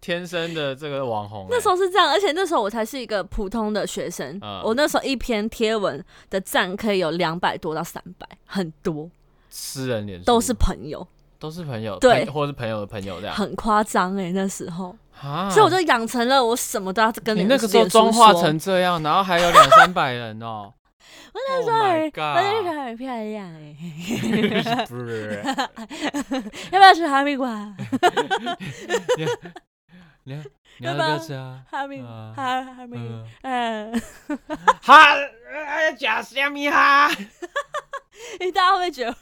Speaker 1: 天生的这个网红、欸
Speaker 2: 那时
Speaker 1: 候
Speaker 2: 候是这样，而且那时候我才是一个普通的学生，
Speaker 1: 嗯
Speaker 2: 我那时候一篇贴文的赞可以有两百多到三百，很多
Speaker 1: 私人脸书
Speaker 2: 都是朋友，
Speaker 1: 都是朋友，
Speaker 2: 对
Speaker 1: 朋或是朋友的朋友这样
Speaker 2: 很夸张哎，那时候，
Speaker 1: 啊。
Speaker 2: 所以我就养成了我什么都要跟
Speaker 1: 你
Speaker 2: 脸
Speaker 1: 那个时候
Speaker 2: 脸书
Speaker 1: 妆化
Speaker 2: 说
Speaker 1: 成这样，然后还有两三百人 哦。我
Speaker 2: 那时候很，我那时候很漂亮哎、
Speaker 1: 不是，
Speaker 2: 要不要去哈密瓜？
Speaker 1: 你要你
Speaker 2: 要
Speaker 1: 要
Speaker 2: 不
Speaker 1: 不要
Speaker 2: 要
Speaker 1: 吃啊？
Speaker 2: 哈密
Speaker 1: 啊
Speaker 2: 哈哈密
Speaker 1: 嗯，
Speaker 2: 嗯，
Speaker 1: 哈，哎，假虾米哈？
Speaker 2: 因为大家会不会觉得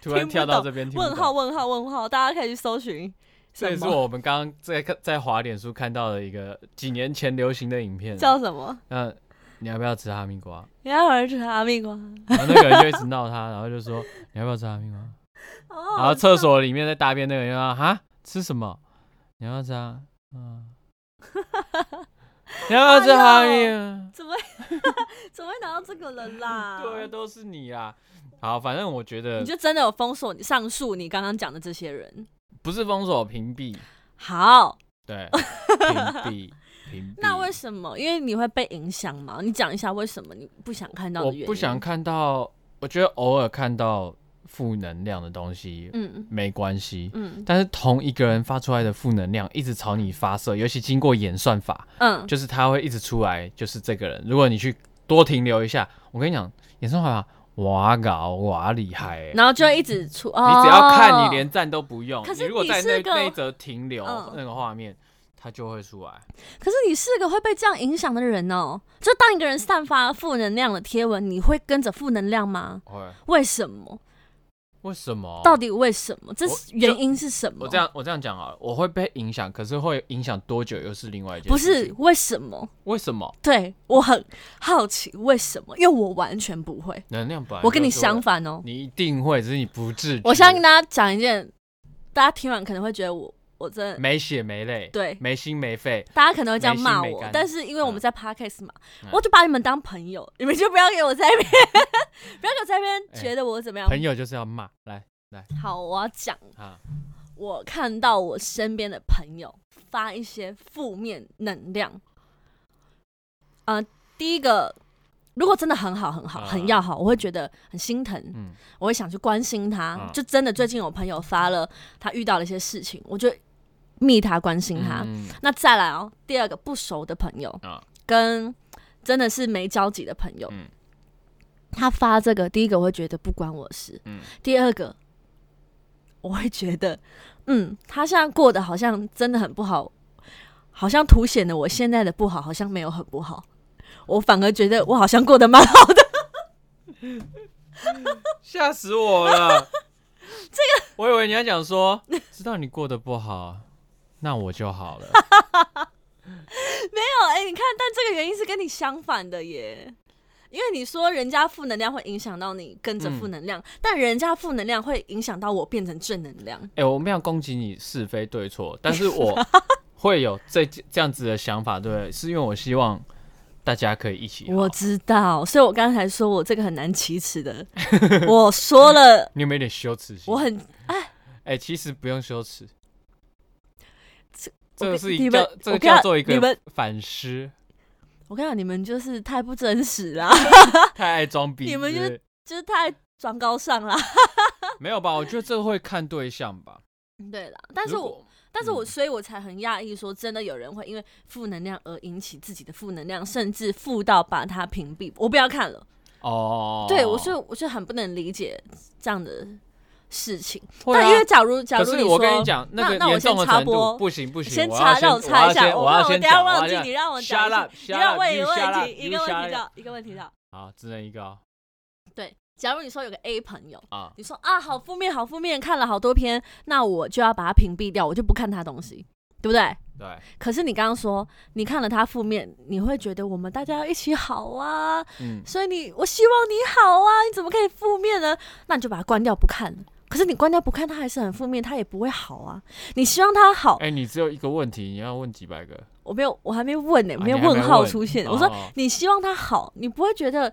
Speaker 1: 突然
Speaker 2: 听不
Speaker 1: 跳到
Speaker 2: 懂
Speaker 1: 这边，听不
Speaker 2: 问号
Speaker 1: 懂。
Speaker 2: 问号问号？大家可以去搜寻
Speaker 1: 这
Speaker 2: 什
Speaker 1: 也是
Speaker 2: 么
Speaker 1: 我们刚刚在看在滑脸书看到的一个几年前流行的影片。
Speaker 2: 叫什么？
Speaker 1: 那你要不要吃哈密瓜？
Speaker 2: 你要不要去哈密瓜？
Speaker 1: 然后那个人就一直闹他，然后就说你要不要吃哈密瓜？
Speaker 2: 哦
Speaker 1: 然后厕所里面在大便那个人啊，哈，吃什么？你要不要吃啊？嗯，你要不要吃哈
Speaker 2: 哎
Speaker 1: 密啊？
Speaker 2: 怎么会怎么会拿到这个人啦？
Speaker 1: 对啊，都是你啊。好，反正我觉得
Speaker 2: 你就真的有封锁你上述你刚刚讲的这些人？
Speaker 1: 不是封锁屏蔽，
Speaker 2: 好，
Speaker 1: 对，屏蔽屏蔽。
Speaker 2: 那为什么？因为你会被影响嘛？你讲一下为什么你不想看到的
Speaker 1: 我
Speaker 2: 原因？
Speaker 1: 不想，看到，我觉得偶尔看到负能量的东西
Speaker 2: 嗯
Speaker 1: 没关系，
Speaker 2: 嗯
Speaker 1: 但是同一个人发出来的负能量一直朝你发射，尤其经过演算法，
Speaker 2: 嗯，
Speaker 1: 就是他会一直出来，就是这个人。如果你去多停留一下，我跟你讲，演算法哇搞哇厉害、欸。
Speaker 2: 然后就一直出，哦
Speaker 1: 你
Speaker 2: 你
Speaker 1: 只要看，你连赞都不用。
Speaker 2: 可是
Speaker 1: 你如果
Speaker 2: 你
Speaker 1: 在
Speaker 2: 是
Speaker 1: 那
Speaker 2: 个
Speaker 1: 那一则停留、
Speaker 2: 嗯
Speaker 1: 那个画面，它就会出来。
Speaker 2: 可是你是个会被这样影响的人哦。就当一个人散发负能量的贴文，你会跟着负能量吗？
Speaker 1: 会
Speaker 2: 为什么？
Speaker 1: 为什么？
Speaker 2: 到底为什么？这是
Speaker 1: 哦就
Speaker 2: 原因是什么？
Speaker 1: 我这样我这样讲好了，我会被影响，可是会影响多久又是另外一件
Speaker 2: 不
Speaker 1: 事
Speaker 2: 是
Speaker 1: 情。
Speaker 2: 为什么？
Speaker 1: 为什么
Speaker 2: 对我很好奇为什么，因为我完全不会。
Speaker 1: 能量本来
Speaker 2: 我跟你
Speaker 1: 就是
Speaker 2: 相反哦。
Speaker 1: 你一定会，只是你不自觉。
Speaker 2: 我现在跟大家讲一件，大家听完可能会觉得我我真的
Speaker 1: 没血没泪，
Speaker 2: 对，
Speaker 1: 没心没肺，
Speaker 2: 大家可能会这样
Speaker 1: 没心
Speaker 2: 骂
Speaker 1: 没
Speaker 2: 我
Speaker 1: 肝，
Speaker 2: 但是因为我们
Speaker 1: 嗯
Speaker 2: 在 podcast 嘛，
Speaker 1: 嗯
Speaker 2: 我就把你们当朋友，你们就不要给我在那边， 不要给我在那边觉得我怎么样。
Speaker 1: 哎朋友就是要骂。来
Speaker 2: 好，我要讲。
Speaker 1: 啊，
Speaker 2: 我看到我身边的朋友发一些负面能量。呃，第一个，如果真的很好、很好、
Speaker 1: 啊
Speaker 2: 很要好，我会觉得很心疼，
Speaker 1: 嗯，
Speaker 2: 我会想去关心他。
Speaker 1: 啊
Speaker 2: 就真的最近有朋友发了他遇到了一些事情，我就密他关心他。
Speaker 1: 嗯
Speaker 2: 那再来哦，第二个不熟的朋友
Speaker 1: 啊
Speaker 2: 跟真的是没交集的朋友，
Speaker 1: 嗯
Speaker 2: 他发这个，第一个我会觉得不关我事，
Speaker 1: 嗯
Speaker 2: 第二个，我会觉得，嗯，他现在过得好像真的很不好，好像凸显了我现在的不好，好像没有很不好。我反而觉得我好像过得蛮好的，
Speaker 1: 吓死我 了。这个，我以为你要讲说，知道你过得不好，那我就好 了。
Speaker 2: 没有哎、你看，但这个原因是跟你相反的耶，因为你说人家负能量会影响到你跟着
Speaker 1: 嗯
Speaker 2: 负能量，但人家负能量会影响到我变成正能量。
Speaker 1: 哎、我没有攻击你是非对错，但是 我会有这这样子的想法，对不对？是因为我希望大家可以一起好。
Speaker 2: 我知道，所以我刚才说我这个很难启齿的，我说了，
Speaker 1: 你有没有一点羞耻心？
Speaker 2: 我很
Speaker 1: 哎、其实不用羞耻，
Speaker 2: 这
Speaker 1: 这
Speaker 2: 我
Speaker 1: 个
Speaker 2: 跟
Speaker 1: 是
Speaker 2: 你
Speaker 1: 一
Speaker 2: 们
Speaker 1: 叫这
Speaker 2: 我
Speaker 1: 个
Speaker 2: 跟他
Speaker 1: 叫做一
Speaker 2: 你
Speaker 1: 个
Speaker 2: 们
Speaker 1: 反思，
Speaker 2: 我跟你讲，你们就是太不真实啦，
Speaker 1: 太爱装逼。
Speaker 2: 你们就是啊
Speaker 1: 不是
Speaker 2: 就是太装高尚啦。
Speaker 1: 没有吧？我觉得这会看对象吧。
Speaker 2: 对啦，但是
Speaker 1: 如
Speaker 2: 我
Speaker 1: 果
Speaker 2: 但是我，
Speaker 1: 嗯
Speaker 2: 所以我才很讶异，说真的，有人会因为负能量而引起自己的负能量，甚至负到把它屏蔽，我不要看了。
Speaker 1: 哦，
Speaker 2: 对我是我是很不能理解这样的事情。
Speaker 1: 会啊
Speaker 2: 但因为假如假
Speaker 1: 可
Speaker 2: 如你
Speaker 1: 是
Speaker 2: 说，
Speaker 1: 我跟你讲，
Speaker 2: 那
Speaker 1: 个
Speaker 2: 那我
Speaker 1: 严重
Speaker 2: 先
Speaker 1: 的
Speaker 2: 插
Speaker 1: 程
Speaker 2: 播
Speaker 1: 度不行不行，
Speaker 2: 先
Speaker 1: 我
Speaker 2: 插
Speaker 1: 要
Speaker 2: 让
Speaker 1: 先
Speaker 2: 我插一下，
Speaker 1: 我要
Speaker 2: 让我
Speaker 1: 先
Speaker 2: 等下
Speaker 1: 讲，
Speaker 2: 忘
Speaker 1: 我
Speaker 2: 记
Speaker 1: 要
Speaker 2: 你
Speaker 1: 先
Speaker 2: 让我
Speaker 1: shut
Speaker 2: 讲
Speaker 1: up，
Speaker 2: 一次，你
Speaker 1: shut
Speaker 2: 让
Speaker 1: up，
Speaker 2: 我一
Speaker 1: you
Speaker 2: 个
Speaker 1: shut
Speaker 2: 问
Speaker 1: up，
Speaker 2: 题
Speaker 1: you
Speaker 2: 一个
Speaker 1: shut
Speaker 2: 问题
Speaker 1: up
Speaker 2: 到一个问题到，
Speaker 1: 好，只能一个哦
Speaker 2: 对，假如你说有个 A 朋友。
Speaker 1: 啊，
Speaker 2: 你说啊，好负面，好负面，看了好多篇，那我就要把它屏蔽掉，我就不看他东西，对不对？
Speaker 1: 对，
Speaker 2: 可是你刚刚说你看了他负面，你会觉得我们大家要一起好啊，
Speaker 1: 嗯，
Speaker 2: 所以你我希望你好啊，你怎么可以负面呢？那你就把它关掉不看了。可是你关掉不看，它还是很负面，它也不会好啊。你希望它好，
Speaker 1: 哎、你只有一个问题，你要问几百个？
Speaker 2: 我没有，我还没问呢、
Speaker 1: 啊
Speaker 2: 没有
Speaker 1: 你还没
Speaker 2: 问号
Speaker 1: 问
Speaker 2: 出现。
Speaker 1: 哦
Speaker 2: 我说
Speaker 1: 哦
Speaker 2: 你希望他好，你不会觉得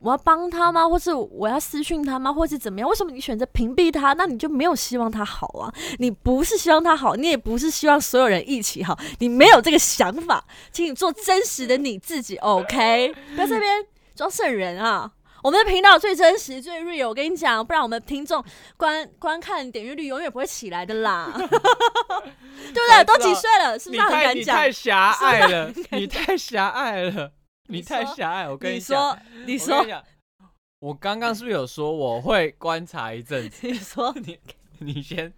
Speaker 2: 我要帮他吗？或是我要私讯他吗？或是怎么样？为什么你选择屏蔽他？那你就没有希望他好啊！你不是希望他好，你也不是希望所有人一起好，你没有这个想法，请你做真实的你自己，OK？不要在这边装圣人啊！我们的频道最真实、最 real，我跟你讲，不然我们听众观观看点阅率永远不会起来的 啦，对不对？都几岁了，是不
Speaker 1: 你
Speaker 2: 是很
Speaker 1: 太
Speaker 2: 敢
Speaker 1: 你
Speaker 2: 讲？
Speaker 1: 太狭隘 了，你太狭隘了， 你
Speaker 2: 你
Speaker 1: 太
Speaker 2: 说
Speaker 1: 狭隘。我跟
Speaker 2: 你
Speaker 1: 讲，
Speaker 2: 说，你
Speaker 1: 我跟
Speaker 2: 说
Speaker 1: 你，讲，我刚刚是不是有说我会观察一阵子？
Speaker 2: 你说，
Speaker 1: 你先，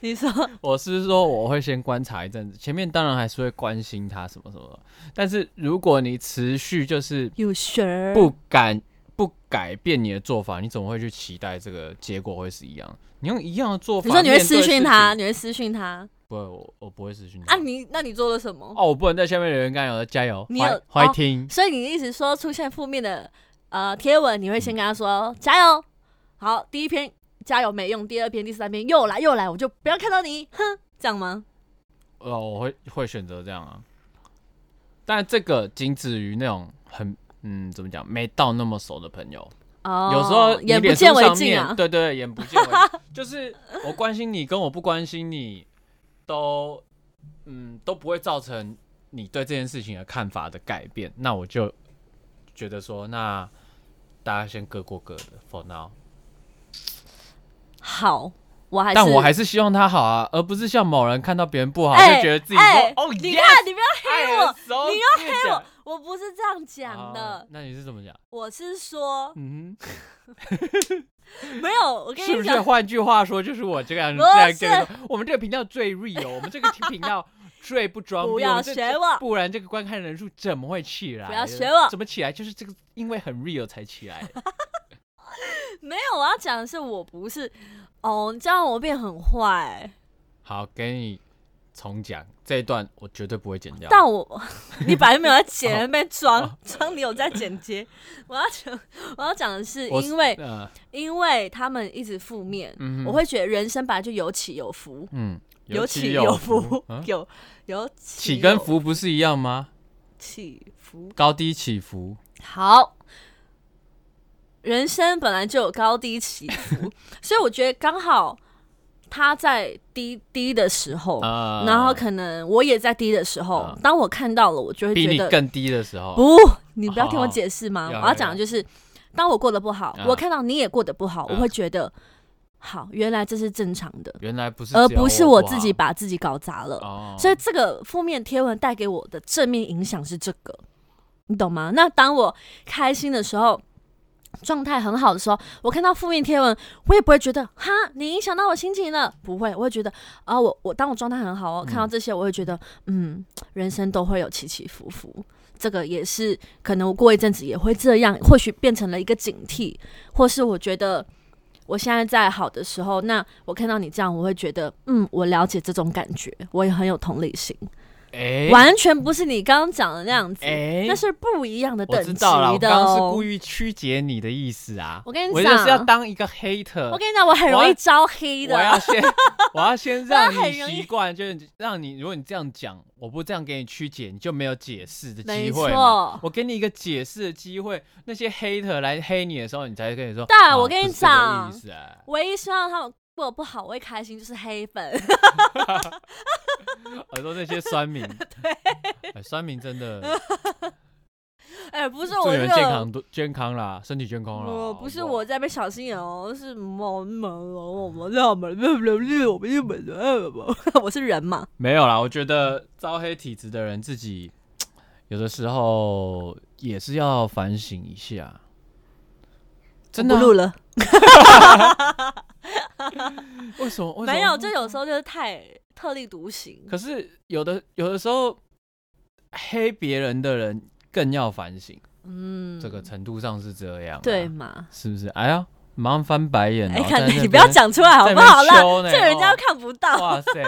Speaker 2: 你说，
Speaker 1: 我是说我会先观察一阵子，前面当然还是会关心他什么什么的，但是如果你持续就是
Speaker 2: 有旋儿
Speaker 1: 不敢不改变你的做法，你怎么会去期待这个结果会是一样？你用一样的做法，
Speaker 2: 你说你会
Speaker 1: 面对
Speaker 2: 私讯
Speaker 1: 事
Speaker 2: 他，
Speaker 1: 情？
Speaker 2: 你会私讯他
Speaker 1: 不会，我我不会私讯他。
Speaker 2: 啊？你那你做了什么？
Speaker 1: 哦，我不能在下面留言干扰，加油，
Speaker 2: 你
Speaker 1: 欢
Speaker 2: 有
Speaker 1: 欢
Speaker 2: 哦
Speaker 1: 听。
Speaker 2: 所以你一直说出现负面的呃贴文，你会先跟他说加油，好，第一篇加油没用，第二篇、第三篇又来又来，我就不要看到你，哼，这样吗？
Speaker 1: 呃，我会会选择这样啊，但这个仅止于那种很嗯，怎么讲，没到那么熟的朋友，
Speaker 2: 哦，
Speaker 1: 有时候你
Speaker 2: 眼不
Speaker 1: 脸书
Speaker 2: 见为
Speaker 1: 上
Speaker 2: 净
Speaker 1: 面
Speaker 2: 啊。
Speaker 1: 对对对，眼不见为净，就是我关心你跟我不关心你都嗯都不会造成你对这件事情的看法的改变，那我就觉得说，那大家先各过各的，for now。
Speaker 2: 好，我还是，
Speaker 1: 但我还是希望他好啊，而不是像某人看到别人不好、
Speaker 2: 哎
Speaker 1: 就觉得自己说、
Speaker 2: 哎
Speaker 1: 哦，哎
Speaker 2: 你
Speaker 1: yeah，
Speaker 2: 看你不要，
Speaker 1: I am so
Speaker 2: 你
Speaker 1: good
Speaker 2: 黑我我不是这样讲
Speaker 1: 啊
Speaker 2: 的，
Speaker 1: 那你是怎么讲？
Speaker 2: 我是说
Speaker 1: 嗯哼，
Speaker 2: 没有，我跟
Speaker 1: 是不
Speaker 2: 你
Speaker 1: 是？
Speaker 2: 讲，
Speaker 1: 换句话说，就是我这个样子
Speaker 2: 不是
Speaker 1: 这样跟你说，我们这个频道最 real，我们这个频 道最不装逼，
Speaker 2: 不要
Speaker 1: 我们这
Speaker 2: 学我
Speaker 1: 不然这个观看人数怎么会起来？
Speaker 2: 不要学我
Speaker 1: 怎么起来？就是这个，因为很 real 才起 来。
Speaker 2: 没有，我要讲的是我不是哦，你这样我变很坏、
Speaker 1: 好，给你重讲这一段，我绝对不会剪掉。
Speaker 2: 但我你本来就没有在剪，
Speaker 1: 哦
Speaker 2: 在那边装装你有在剪接。 我要讲我要讲的是，
Speaker 1: 我是
Speaker 2: 因为
Speaker 1: 呃
Speaker 2: 因为他们一直负面，
Speaker 1: 嗯哼
Speaker 2: 我会觉得人生本来就有起有伏，
Speaker 1: 嗯，
Speaker 2: 起
Speaker 1: 有
Speaker 2: 伏，
Speaker 1: 啊
Speaker 2: 有有起
Speaker 1: 起跟
Speaker 2: 有
Speaker 1: 伏不是一样吗？
Speaker 2: 起伏。
Speaker 1: 高低起伏，
Speaker 2: 好，人生本来就有高低起 伏，所以我觉得刚好他在低低的时候。
Speaker 1: 呃，
Speaker 2: 然后可能我也在低的时候，
Speaker 1: 啊
Speaker 2: 当我看到了，我就会
Speaker 1: 比
Speaker 2: 觉
Speaker 1: 你
Speaker 2: 得
Speaker 1: 更低的时候，
Speaker 2: 不，你不要听我解释吗？
Speaker 1: 好好
Speaker 2: 我要讲的就是，当我过得不好，
Speaker 1: 啊
Speaker 2: 我看到你也过得不好，
Speaker 1: 啊
Speaker 2: 我会觉得，好，原来这是正常的，
Speaker 1: 原来不是只有
Speaker 2: 而
Speaker 1: 我不好，
Speaker 2: 不是我自己把自己搞砸了。
Speaker 1: 哦，
Speaker 2: 所以这个负面贴文带给我的正面影响是这个，你懂吗？那当我开心的时候。状态很好的时候，我看到负面贴文，我也不会觉得哈，你影响到我心情了，不会，我会觉得啊，我我当我状态很好哦，看到这些，我会觉得嗯，人生都会有起起伏伏，这个也是可能我过一阵子也会这样，或许变成了一个警惕，或是我觉得我现在在好的时候，那我看到你这样，我会觉得，嗯，我了解这种感觉，我也很有同理心，
Speaker 1: 哎，
Speaker 2: 完全不是你刚刚讲的那样子，
Speaker 1: 哎
Speaker 2: 那是不一样的等
Speaker 1: 我
Speaker 2: 级
Speaker 1: 知道了，我
Speaker 2: 的
Speaker 1: 刚刚是
Speaker 2: 哦。
Speaker 1: 故意曲解你的意思啊。
Speaker 2: 我跟你
Speaker 1: 我就是要
Speaker 2: 讲，
Speaker 1: 当一个 hater，
Speaker 2: 我跟你讲，我很容
Speaker 1: 我
Speaker 2: 易
Speaker 1: 要
Speaker 2: 招黑
Speaker 1: 我要
Speaker 2: 的，
Speaker 1: 先，我要先让
Speaker 2: 我很
Speaker 1: 你
Speaker 2: 容易
Speaker 1: 习惯，就是让你，如果你这样讲，我不这样给你曲解，你就没有解释的
Speaker 2: 没
Speaker 1: 机会嘛。
Speaker 2: 错。
Speaker 1: 我给你一个解释的机会，那些 hater 来黑你的时候，你才跟你说。
Speaker 2: 但
Speaker 1: 啊
Speaker 2: 我跟你
Speaker 1: 不是这个
Speaker 2: 讲
Speaker 1: 意思啊
Speaker 2: 唯一希望他们过得不好，我会开心，就是黑粉。
Speaker 1: 我说那些酸 民，对，酸民真的
Speaker 2: 哎、不是
Speaker 1: 祝
Speaker 2: 我
Speaker 1: 你
Speaker 2: 这
Speaker 1: 们健
Speaker 2: 个，
Speaker 1: 康多健康啦，身体健康啦。
Speaker 2: 我不是
Speaker 1: 好好
Speaker 2: 我在被小心眼哦，是我们我们我们我们我们我是人嘛，
Speaker 1: 没有啦，我觉得招黑体质的人自己有的时候也是要反省一下。真的
Speaker 2: 我
Speaker 1: 啊、
Speaker 2: 不录了。
Speaker 1: 为什么？为什么
Speaker 2: 没有，就有时候就是太特立独行。
Speaker 1: 可是有的有的时候黑别人的人更要反省，
Speaker 2: 嗯，
Speaker 1: 这个程度上是这样、啊
Speaker 2: 对，嘛？
Speaker 1: 是不是？哎呀，马上翻白眼、哦。
Speaker 2: 哎，看
Speaker 1: 在那
Speaker 2: 你不要
Speaker 1: 边，
Speaker 2: 讲出来好
Speaker 1: 在
Speaker 2: 不
Speaker 1: 那边
Speaker 2: 好啦？
Speaker 1: 修呢
Speaker 2: 这个人
Speaker 1: 哦
Speaker 2: 家又看不到，
Speaker 1: 哇塞，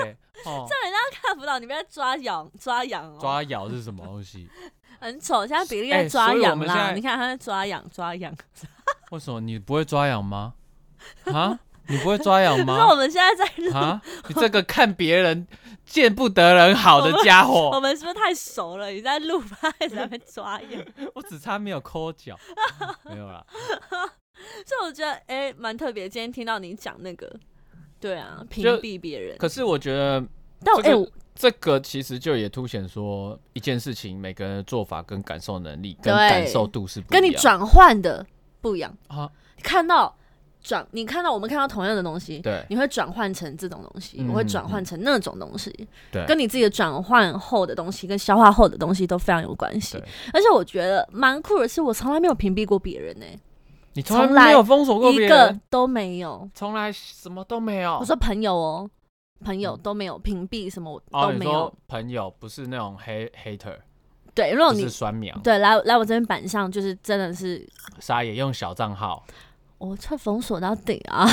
Speaker 1: 哦，
Speaker 2: 这人家 看不到，你不要抓痒抓痒哦，
Speaker 1: 抓咬是什么东西？
Speaker 2: 很丑。现在比利
Speaker 1: 哎
Speaker 2: 在抓
Speaker 1: 所以我
Speaker 2: 痒
Speaker 1: 们现
Speaker 2: 啦，
Speaker 1: 在
Speaker 2: 你看他在抓痒抓痒，
Speaker 1: 为什么你不会抓痒吗？啊？你不会抓痒
Speaker 2: 可 是我
Speaker 1: 吗？
Speaker 2: 们现在在录，
Speaker 1: 啊，你这个看别人见不得人好的家
Speaker 2: 我
Speaker 1: 伙，
Speaker 2: 们是不是太熟了？你在录吧， 一直在那边抓痒。
Speaker 1: 我只差没有抠脚，没有啦。
Speaker 2: 所以我觉得哎，蛮、特别。今天听到你讲那个，对啊，屏
Speaker 1: 就
Speaker 2: 蔽别人。
Speaker 1: 可是我觉得
Speaker 2: 但我
Speaker 1: 这
Speaker 2: 哎、
Speaker 1: 个
Speaker 2: 我
Speaker 1: 这个其实就也凸显说一件事情，每个人的做法跟感受能力跟
Speaker 2: 对
Speaker 1: 感受度是不一
Speaker 2: 跟
Speaker 1: 样。
Speaker 2: 你转换的不一样。
Speaker 1: 啊，
Speaker 2: 看到转，你看到我们看到同样的东西，
Speaker 1: 对
Speaker 2: 你会转换成这种东西，
Speaker 1: 嗯
Speaker 2: 我会转换成那种东西，
Speaker 1: 对
Speaker 2: 跟你自己的转换后的东西跟消化后的东西都非常有关系
Speaker 1: 对。
Speaker 2: 而且我觉得蛮酷的是，我从来没有屏蔽过别人呢、
Speaker 1: 你从来
Speaker 2: 从来
Speaker 1: 没有封锁过别
Speaker 2: 一个
Speaker 1: 人，哦
Speaker 2: 都没有。
Speaker 1: 从来什么都没有。
Speaker 2: 我说朋友哦，朋友都没有屏蔽什么，我
Speaker 1: 嗯哦，
Speaker 2: 都
Speaker 1: 你
Speaker 2: 没有。
Speaker 1: 说朋友不是那种黑 hater，
Speaker 2: 对，如果
Speaker 1: 不
Speaker 2: 你
Speaker 1: 是酸苗，
Speaker 2: 对来来我这边板上，就是真的是
Speaker 1: 沙也用小账号，
Speaker 2: 我这封锁到底 啊！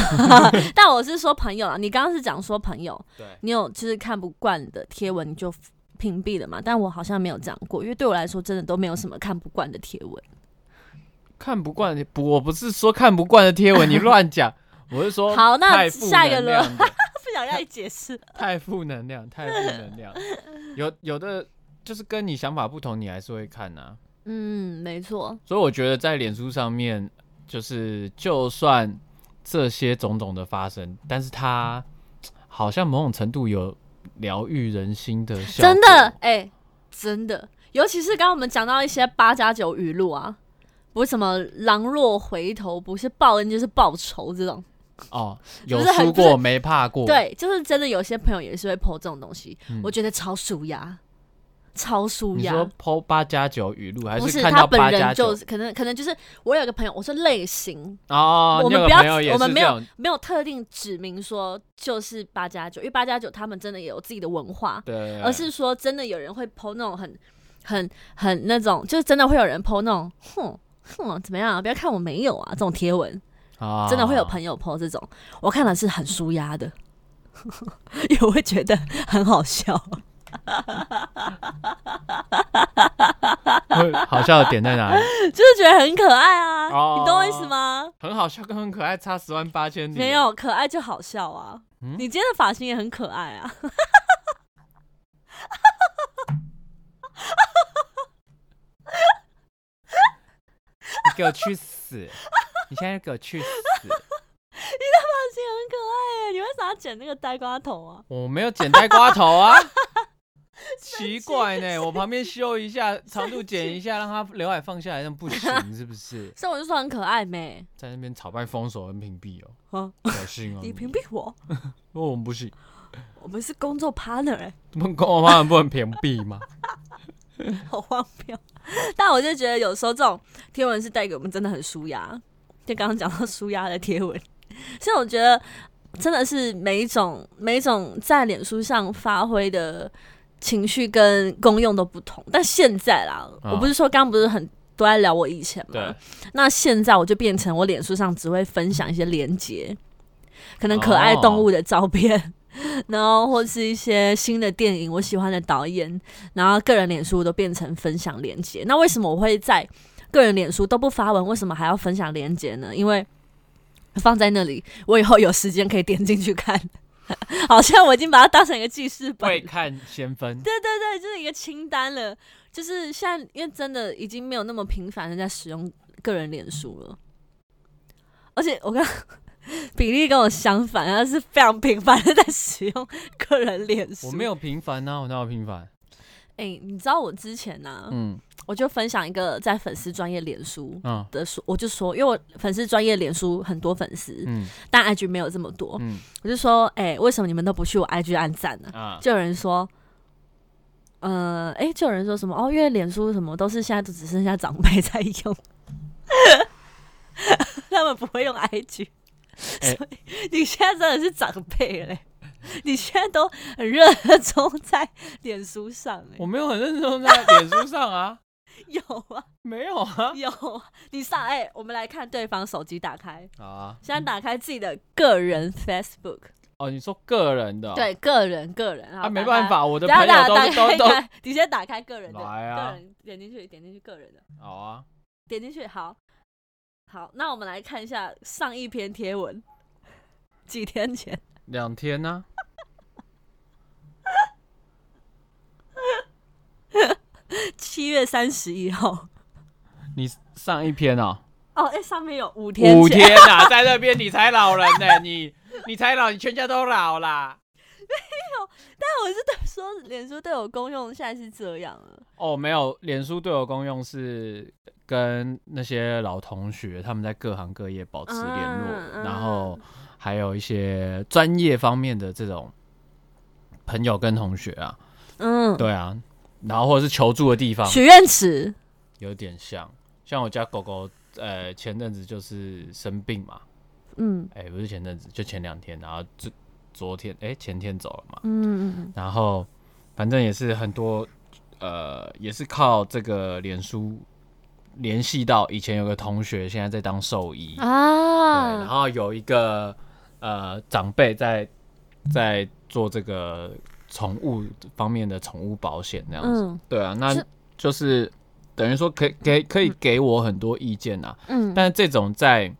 Speaker 2: 但我是说朋友啊，你刚刚是讲说朋友，
Speaker 1: 对，
Speaker 2: 你有就是看不惯的贴文你就屏蔽了嘛？但我好像没有这样过，因为对我来说真的都没有什么看不惯的贴文。
Speaker 1: 看不惯的，不，我不是说看不惯的贴文，你乱 讲，我是说
Speaker 2: 好那
Speaker 1: 太负
Speaker 2: 下一个
Speaker 1: 能量的
Speaker 2: 不想让你解释，
Speaker 1: 太负能量，太负能量，有有的就是跟你想法不同，你还是会看啊，
Speaker 2: 嗯，没错，
Speaker 1: 所以我觉得在脸书上面，就是就算这些种种的发生，但是它好像某种程度有疗愈人心的效果，
Speaker 2: 真的，哎、真的，尤其是刚刚我们讲到一些八加九语录啊，不是什么狼若回头，不是报恩就是报仇这种，
Speaker 1: 哦，
Speaker 2: 就
Speaker 1: 有
Speaker 2: 是很
Speaker 1: 输
Speaker 2: 就是
Speaker 1: 过没怕过，，
Speaker 2: 对，就是真的有些朋友也是会 po 这种东西，
Speaker 1: 哦嗯
Speaker 2: 我觉得超舒压，超舒
Speaker 1: 你
Speaker 2: 压。
Speaker 1: 说剖八加九语录，还
Speaker 2: 不是
Speaker 1: 看到
Speaker 2: 他本
Speaker 1: 八
Speaker 2: 人
Speaker 1: 加九
Speaker 2: 就是可能可能就是我有一个朋友，我说类型
Speaker 1: 哦，
Speaker 2: 我
Speaker 1: 你有个
Speaker 2: 们不要
Speaker 1: 朋友也
Speaker 2: 我
Speaker 1: 是
Speaker 2: 们没有
Speaker 1: 这种
Speaker 2: 没有特定指明说就是八加九，因为八加九他们真的也有自己的文化，
Speaker 1: 对，
Speaker 2: 而是说真的有人会 PO 那种很很很那种，就是真的会有人 PO 那种哼哼怎么样、啊，不要看我没有啊这种贴文，
Speaker 1: 啊
Speaker 2: 真的会有朋友 PO 这种，我看了是很舒压的， 也会觉得很好笑。
Speaker 1: 会好笑的点在 哪里？
Speaker 2: 就是觉得很可爱啊，
Speaker 1: 哦
Speaker 2: 你懂我意思吗？
Speaker 1: 很好笑跟很可爱差十万八千里，
Speaker 2: 没有可爱就好笑啊，
Speaker 1: 嗯
Speaker 2: 你今天的发型也很可爱啊，
Speaker 1: 你给我去死！你现在给我去死！
Speaker 2: 发型很可爱耶，你为啥要剪那个呆瓜头啊？
Speaker 1: 我没有剪呆瓜头 啊，奇怪呢，我旁边修一
Speaker 2: ？
Speaker 1: 下，长度剪一下，让他刘海放下来，那不行是不是
Speaker 2: 所以我就说很可爱没，
Speaker 1: 在那边吵败封锁跟屏蔽哦，
Speaker 2: 啊，
Speaker 1: 小心哦！
Speaker 2: 你屏蔽我，
Speaker 1: 哦，我们不行，
Speaker 2: 我们是工作 partner，、欸、
Speaker 1: 我们公我们不能屏蔽吗？
Speaker 2: 好荒谬。但我就觉得有时候这种贴文是带给我们真的很舒压，就刚刚讲到舒压的贴文，所以我觉得真的是每一种每一种在脸书上发挥的情绪跟功用都不同。但现在啦，
Speaker 1: 嗯
Speaker 2: 我不是说刚刚不是很都在聊我以前嘛
Speaker 1: 对，，
Speaker 2: 那现在我就变成我脸书上只会分享一些连接，可能可爱
Speaker 1: 哦
Speaker 2: 动物的照片。然后或是一些新的电影，我喜欢的导演，然后个人脸书都变成分享连接。那为什么我会在个人脸书都不发文，为什么还要分享连接呢？因为放在那里，我以后有时间可以点进去看。 好像我已经把它当成一个记事本了
Speaker 1: 会看先分，
Speaker 2: 对对对，就是一个清单了。就是现在，因为真的已经没有那么频繁的在使用个人脸书了，而且我刚 比例跟我相反，他是非常频繁的在使用个人脸书。
Speaker 1: 我没，有平凡啊，我哪有平凡？
Speaker 2: 哎、你知道我之前呢、
Speaker 1: 嗯
Speaker 2: 我就分享一个在粉丝专业脸书
Speaker 1: 嗯
Speaker 2: 的说，我就说，因为我粉丝专业脸书很多粉丝，
Speaker 1: 嗯
Speaker 2: 但 IG 没有这么多，
Speaker 1: 嗯
Speaker 2: 我就说，哎、为什么你们都不去我 IG 按赞呢、
Speaker 1: 啊，
Speaker 2: 就有人说，呃，哎、就有人说什么哦，因为脸书什么都是现在都只剩下长辈在用， 他们不会用 IG，、
Speaker 1: 诶
Speaker 2: 所以你现在真的是长辈嘞。你现在都很热衷在脸书上、
Speaker 1: 我
Speaker 2: 哎，
Speaker 1: 没有很认真在脸书上啊，
Speaker 2: 有啊，
Speaker 1: 没有啊，
Speaker 2: 有啊，你上哎、我们来看对方手机打开，
Speaker 1: 好啊，
Speaker 2: 现在打开自己的个人 Facebook，、
Speaker 1: 哦，你说个人的哦、
Speaker 2: 对，个人个人啊
Speaker 1: 啊，没办，法，我的
Speaker 2: 好
Speaker 1: 朋
Speaker 2: 打开
Speaker 1: 友
Speaker 2: 等一下
Speaker 1: 都都
Speaker 2: 打
Speaker 1: 都
Speaker 2: 打开，你先打开个人的，
Speaker 1: 来
Speaker 2: 个
Speaker 1: 啊，
Speaker 2: 人点进去，点进去个人的，
Speaker 1: 好啊，
Speaker 2: 点进去，好，好，那我们来看一下上一篇贴文，几天前，
Speaker 1: 两天呢、
Speaker 2: 七月三十一号。
Speaker 1: 你上一篇哦，
Speaker 2: 哦，哎、上面有五天前，哎
Speaker 1: 五天啊， 在那边你才老人呢、你你才老，你全家都老啦。
Speaker 2: 但我是对说，脸书对我公用现在是这样了。
Speaker 1: 哦，没有，脸书对我功用是跟那些老同学，他们在各行各业保持联络，
Speaker 2: 嗯
Speaker 1: 然后还有一些专业方面的这种朋友跟同学啊，
Speaker 2: 嗯，
Speaker 1: 对啊，然后或者是求助的地方
Speaker 2: 许愿池，
Speaker 1: 有点像，像我家狗狗，呃，前阵子就是生病嘛，
Speaker 2: 嗯
Speaker 1: 哎、不是前阵子，就前两天，然后昨昨天，哎、前天走了嘛，
Speaker 2: 嗯
Speaker 1: 然后反正也是很多，呃，也是靠这个脸书联系到以前有个同学，现在在当兽医，
Speaker 2: 嗯
Speaker 1: 对，然
Speaker 2: 啊，
Speaker 1: 后有一个呃长辈在在做这个宠物方面的宠物保险那样子，
Speaker 2: 嗯
Speaker 1: 对啊，那
Speaker 2: 是
Speaker 1: 就是等于说可以给可以给我很多意见啊，
Speaker 2: 嗯，
Speaker 1: 但是这种在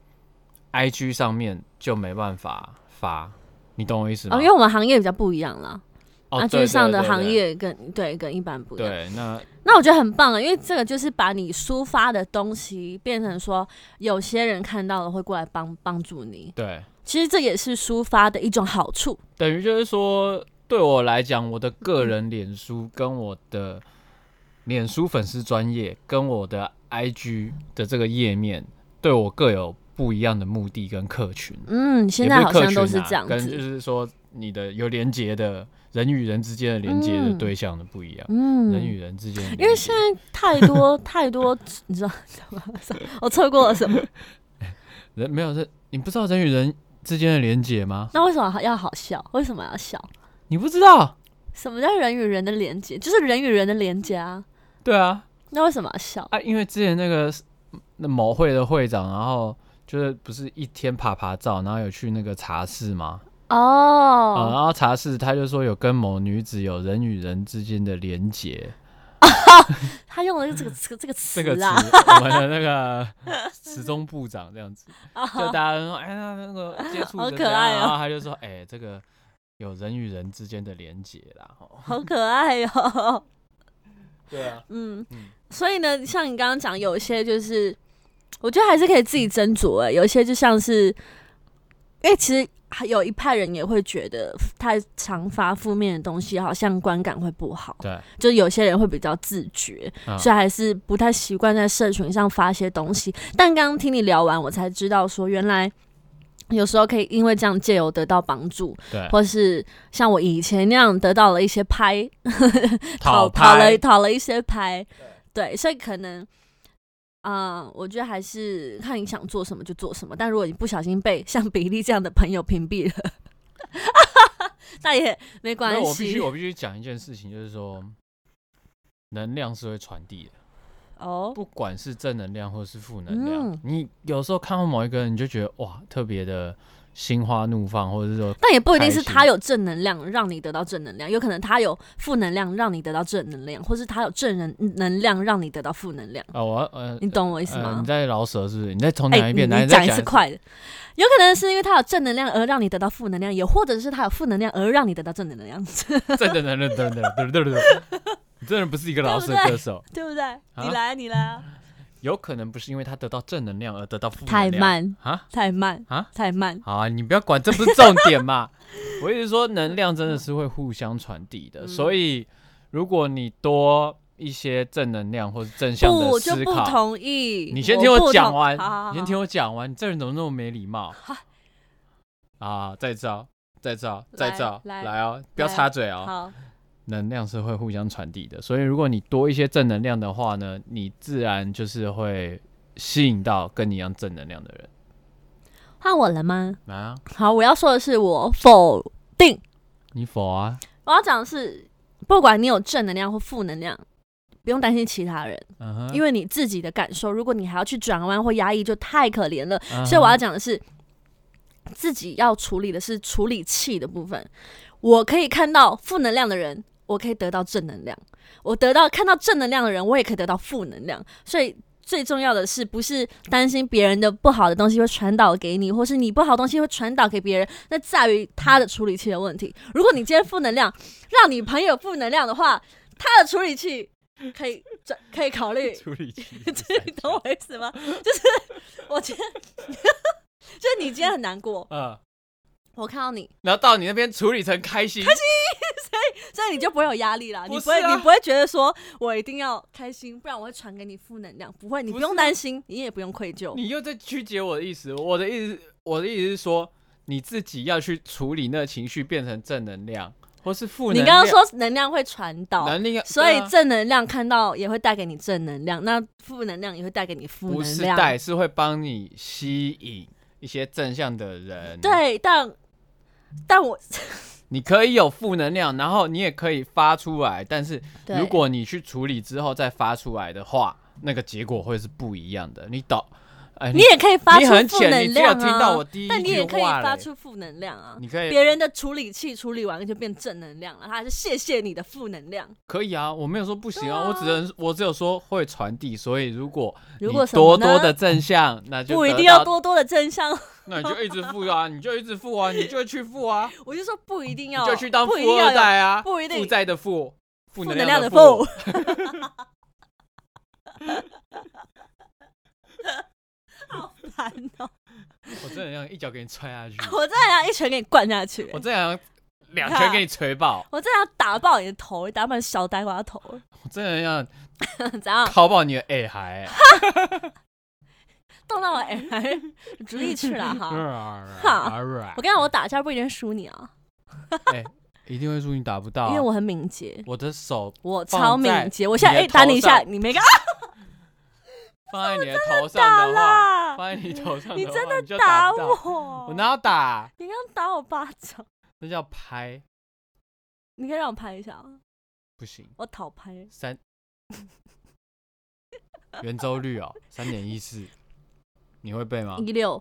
Speaker 1: IG 上面就没办法发，你懂我意思吗？
Speaker 2: 哦，因为我们行业比较不一样啦，
Speaker 1: 哦对
Speaker 2: 啊，就是上
Speaker 1: 对
Speaker 2: 的
Speaker 1: 对
Speaker 2: 行
Speaker 1: 对
Speaker 2: 业跟对跟一般不一样。
Speaker 1: 对，那
Speaker 2: 那我觉得很棒啊，因为这个就是把你抒发的东西变成说，有些人看到了会过来帮帮助你。
Speaker 1: 对，
Speaker 2: 其实这也是抒发的一种好处。
Speaker 1: 等于就是说，对我来讲，我的个人脸书跟我的脸书粉丝专业跟我的 IG 的这个页面，对我各有不一样的目的跟客群。啊
Speaker 2: 嗯，现在
Speaker 1: 也
Speaker 2: 好
Speaker 1: 不客
Speaker 2: 像
Speaker 1: 群
Speaker 2: 都是
Speaker 1: 啊
Speaker 2: 这样
Speaker 1: 跟就
Speaker 2: 子。
Speaker 1: 是说你的有连接的人与人之间的连接的
Speaker 2: 嗯
Speaker 1: 对象的不一样，
Speaker 2: 嗯，
Speaker 1: 人与人之间的连接，
Speaker 2: 因为现在太多 太多，你知道什么？我错过了什么？
Speaker 1: 人没有人，你不知道人与人之间的连接吗？
Speaker 2: 那为什么要好笑？为什么要笑？
Speaker 1: 你不知道？
Speaker 2: 什么叫人与人的连接？就是人与人的连接啊。
Speaker 1: 对啊，
Speaker 2: 那为什么要笑？
Speaker 1: 啊，因为之前那个那某会的会长，然后就是不是一天爬爬照，然后有去那个茶室嘛，啊、
Speaker 2: 哦，
Speaker 1: 然后茶室他就说有跟某女子有人与人之间的连结，
Speaker 2: 他用了这个这个这个词
Speaker 1: 这个词
Speaker 2: 啊，
Speaker 1: 我们的那个时钟部长这样 子，就大家都说哎那那个接触
Speaker 2: 好
Speaker 1: 的
Speaker 2: 可
Speaker 1: 怎样
Speaker 2: 爱哦
Speaker 1: 然后他就说哎这个有人与人之间的连结啦，吼
Speaker 2: 好可爱哦哟、
Speaker 1: 对啊，
Speaker 2: 嗯
Speaker 1: 嗯，
Speaker 2: 所以呢，像你刚刚讲，有一些就是，我觉得还是可以自己斟酌、欸。有一些就像是，因为其实还有一派人也会觉得太常发负面的东西，好像观感会不好。
Speaker 1: 对，
Speaker 2: 就有些人会比较自觉，
Speaker 1: 嗯
Speaker 2: 所以还是不太习惯在社群上发一些东西。但刚刚听你聊完，我才知道说，原来有时候可以因为这样借由得到帮助，
Speaker 1: 对，
Speaker 2: 或是像我以前那样得到了一些拍，讨讨
Speaker 1: 拍
Speaker 2: 了讨了一些拍，对，所以可能，啊、我觉得还是看你想做什么就做什么。但如果你不小心被像比利这样的朋友屏蔽了， 那也没
Speaker 1: 那
Speaker 2: 关
Speaker 1: 我必须
Speaker 2: 系
Speaker 1: 我必须讲一件事情，就是说，能量是会传递的，
Speaker 2: 哦。
Speaker 1: 不管是正能量或是负能量，
Speaker 2: 嗯
Speaker 1: 你有时候看到某一个人，你就觉得哇，特别的心花怒放，或者是说，
Speaker 2: 但也不一定是
Speaker 1: 开心
Speaker 2: 他有正能量让你得到正能量，有可能他有负能量让你得到正能量，或是他有正能能量让你得到负能量。
Speaker 1: 啊，我要呃
Speaker 2: 你懂我意思
Speaker 1: 呃，
Speaker 2: 吗
Speaker 1: 你？在饶舌是不是？你再重
Speaker 2: 哎、
Speaker 1: 讲一遍，
Speaker 2: 你
Speaker 1: 来
Speaker 2: 你
Speaker 1: 你再
Speaker 2: 讲一
Speaker 1: 讲
Speaker 2: 次快的，有可能是因为他有正能量而让你得到负能量，也或者是他有负能量而让你得到正能量，
Speaker 1: 次，正正正正正正正正，你真的不是一个饶舌
Speaker 2: 对不对
Speaker 1: 歌手，
Speaker 2: 对不对？你来，你来啊，
Speaker 1: 有可能不是因为他得到正能量而得到负能
Speaker 2: 太
Speaker 1: 量，
Speaker 2: 慢，
Speaker 1: 啊。
Speaker 2: 太慢
Speaker 1: 啊，
Speaker 2: 太慢。
Speaker 1: 好啊，你不要管，这不是重点嘛。我一直说能量真的是会互相传递的，
Speaker 2: 嗯
Speaker 1: 所以如果你多一些正能量或者正向
Speaker 2: 不，
Speaker 1: 的
Speaker 2: 我就
Speaker 1: 思
Speaker 2: 不
Speaker 1: 考，
Speaker 2: 同意。
Speaker 1: 你先听
Speaker 2: 不
Speaker 1: 我
Speaker 2: 同
Speaker 1: 讲完，
Speaker 2: 好好好
Speaker 1: 你先听我讲完，你这人怎么那么没礼貌？啊，再造，再造，再造，
Speaker 2: 来
Speaker 1: 来哦，不要
Speaker 2: 来
Speaker 1: 插嘴哦。
Speaker 2: 好，
Speaker 1: 能量是会互相传递的，所以如果你多一些正能量的话呢，你自然就是会吸引到跟你一样正能量的人。
Speaker 2: 换我了吗？
Speaker 1: 来啊，
Speaker 2: 好，我要说的是，我否定，
Speaker 1: 你否啊？
Speaker 2: 我要讲的是，不管你有正能量或负能量，不用担心其他人，
Speaker 1: 嗯哼，
Speaker 2: 因为你自己的感受，如果你还要去转弯或压抑，就太可怜了。
Speaker 1: 嗯哼
Speaker 2: 所以我要讲的是，自己要处理的是处理器的部分。我可以看到负能量的人，我可以得到正能量；我得到看到正能量的人，我也可以得到负能量。所以最重要的是，不是担心别人的不好的东西会传导给你，或是你不好的东西会传导给别人，那在于他的处理器的问题。如果你今天负能量，让你朋友负能量的话，他的处理器可以转可以考虑
Speaker 1: 处理器
Speaker 2: 这你懂我意思吗？就是我 今天，就是你今天很难过，
Speaker 1: 嗯，
Speaker 2: 我看到你，
Speaker 1: 然后到你那边处理成开心，开心
Speaker 2: 所以你就不会有压力 啦，
Speaker 1: 不
Speaker 2: 你
Speaker 1: 是
Speaker 2: 不
Speaker 1: 啊
Speaker 2: 会，你不会觉得说我一定要开心，不然我会传给你负能量。不会，你
Speaker 1: 不
Speaker 2: 不
Speaker 1: 是啊
Speaker 2: 用担心，你也不用愧疚。
Speaker 1: 你又在曲解我的意思。我的意思，我的意思是说，你自己要去处理那个情绪，变成正能量或是负能
Speaker 2: 你
Speaker 1: 量。
Speaker 2: 刚刚说能量会传导，
Speaker 1: 能量，
Speaker 2: 所以
Speaker 1: 对啊
Speaker 2: 正能量看到也会带给你正能量，那负能量也会带给你负
Speaker 1: 不是
Speaker 2: 能量。
Speaker 1: 带，是会帮你吸引一些正向的人。，
Speaker 2: 对，但但我
Speaker 1: 你可以有负能量，然后你也可以发出来，但是
Speaker 2: 对
Speaker 1: 如果你去处理之后再发出来的话，那个结果会是不一样的。你导，哎，
Speaker 2: 你也可以发
Speaker 1: 你
Speaker 2: 出
Speaker 1: 很
Speaker 2: 负
Speaker 1: 浅你
Speaker 2: 能
Speaker 1: 只有
Speaker 2: 量
Speaker 1: 听到我
Speaker 2: 啊，
Speaker 1: 第一
Speaker 2: 但你也
Speaker 1: 句
Speaker 2: 可以
Speaker 1: 话
Speaker 2: 发
Speaker 1: 嘞
Speaker 2: 出负能量啊。
Speaker 1: 你可以
Speaker 2: 别人的处理器处理完就变正能量了，他还是谢谢你的负能量。
Speaker 1: 可以啊，我没有说不行啊，
Speaker 2: 对啊
Speaker 1: 我只能我只有说会传递，所以如果
Speaker 2: 如果
Speaker 1: 你
Speaker 2: 什
Speaker 1: 多
Speaker 2: 么呢
Speaker 1: 多的正向，那就
Speaker 2: 不一
Speaker 1: 得
Speaker 2: 定要
Speaker 1: 到，
Speaker 2: 多多的正向，
Speaker 1: 那你就一直付啊，你就一直付啊，你就去付 啊，
Speaker 2: 我就说不一定
Speaker 1: 你
Speaker 2: 要，
Speaker 1: 就去当富
Speaker 2: 哦不一定要
Speaker 1: 二
Speaker 2: 有
Speaker 1: 代啊，
Speaker 2: 不一定
Speaker 1: 负债的负，负
Speaker 2: 负
Speaker 1: 能
Speaker 2: 量
Speaker 1: 的
Speaker 2: 的
Speaker 1: 负。
Speaker 2: 负。 好烦哦！
Speaker 1: 我真的想一脚给你踹下去，
Speaker 2: 我真的要一拳给你灌下去、
Speaker 1: 我真的想两拳给你捶爆，
Speaker 2: 我真的要打爆你的头，打爆你小呆瓜头，
Speaker 1: 我真的想
Speaker 2: 怎样？
Speaker 1: 敲爆你的耳孩。
Speaker 2: 动到我哎， 主意去了
Speaker 1: 嗯
Speaker 2: 哈！
Speaker 1: 哈，
Speaker 2: 我跟你讲，我打架不一定输你啊，
Speaker 1: 哎，一定会输，你打不到啊。
Speaker 2: 因为我很敏捷，
Speaker 1: 我的手
Speaker 2: 我
Speaker 1: 放
Speaker 2: 超敏
Speaker 1: 在
Speaker 2: 捷。我现在哎、
Speaker 1: 你的头
Speaker 2: 打你一下，
Speaker 1: 上
Speaker 2: 你没干啊
Speaker 1: 放在你的头
Speaker 2: 嘛
Speaker 1: 上的话，
Speaker 2: 啦？
Speaker 1: 放在你头上的话，
Speaker 2: 你真
Speaker 1: 就
Speaker 2: 的
Speaker 1: 打
Speaker 2: 打
Speaker 1: 不到。
Speaker 2: 我！
Speaker 1: 我哪有打？
Speaker 2: 你刚刚打我巴掌，
Speaker 1: 那叫拍，
Speaker 2: 你可以让我拍一下吗？
Speaker 1: 不行。
Speaker 2: 我讨拍。
Speaker 1: 三圆周率哦，三点一四，你会背吗？
Speaker 2: 一六，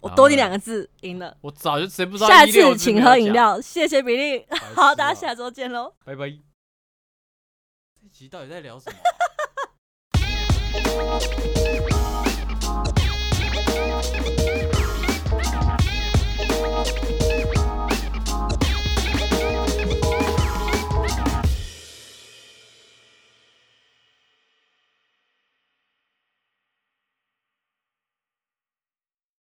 Speaker 2: 我
Speaker 1: 然后
Speaker 2: 多你
Speaker 1: 呢
Speaker 2: 两个字，赢了。
Speaker 1: 我早就谁不知道。
Speaker 2: 下次请喝饮。料，谢谢比利。好，大家
Speaker 1: 下。
Speaker 2: 下周见喽。
Speaker 1: 拜拜。这集到底在聊什么？
Speaker 3: Thank you.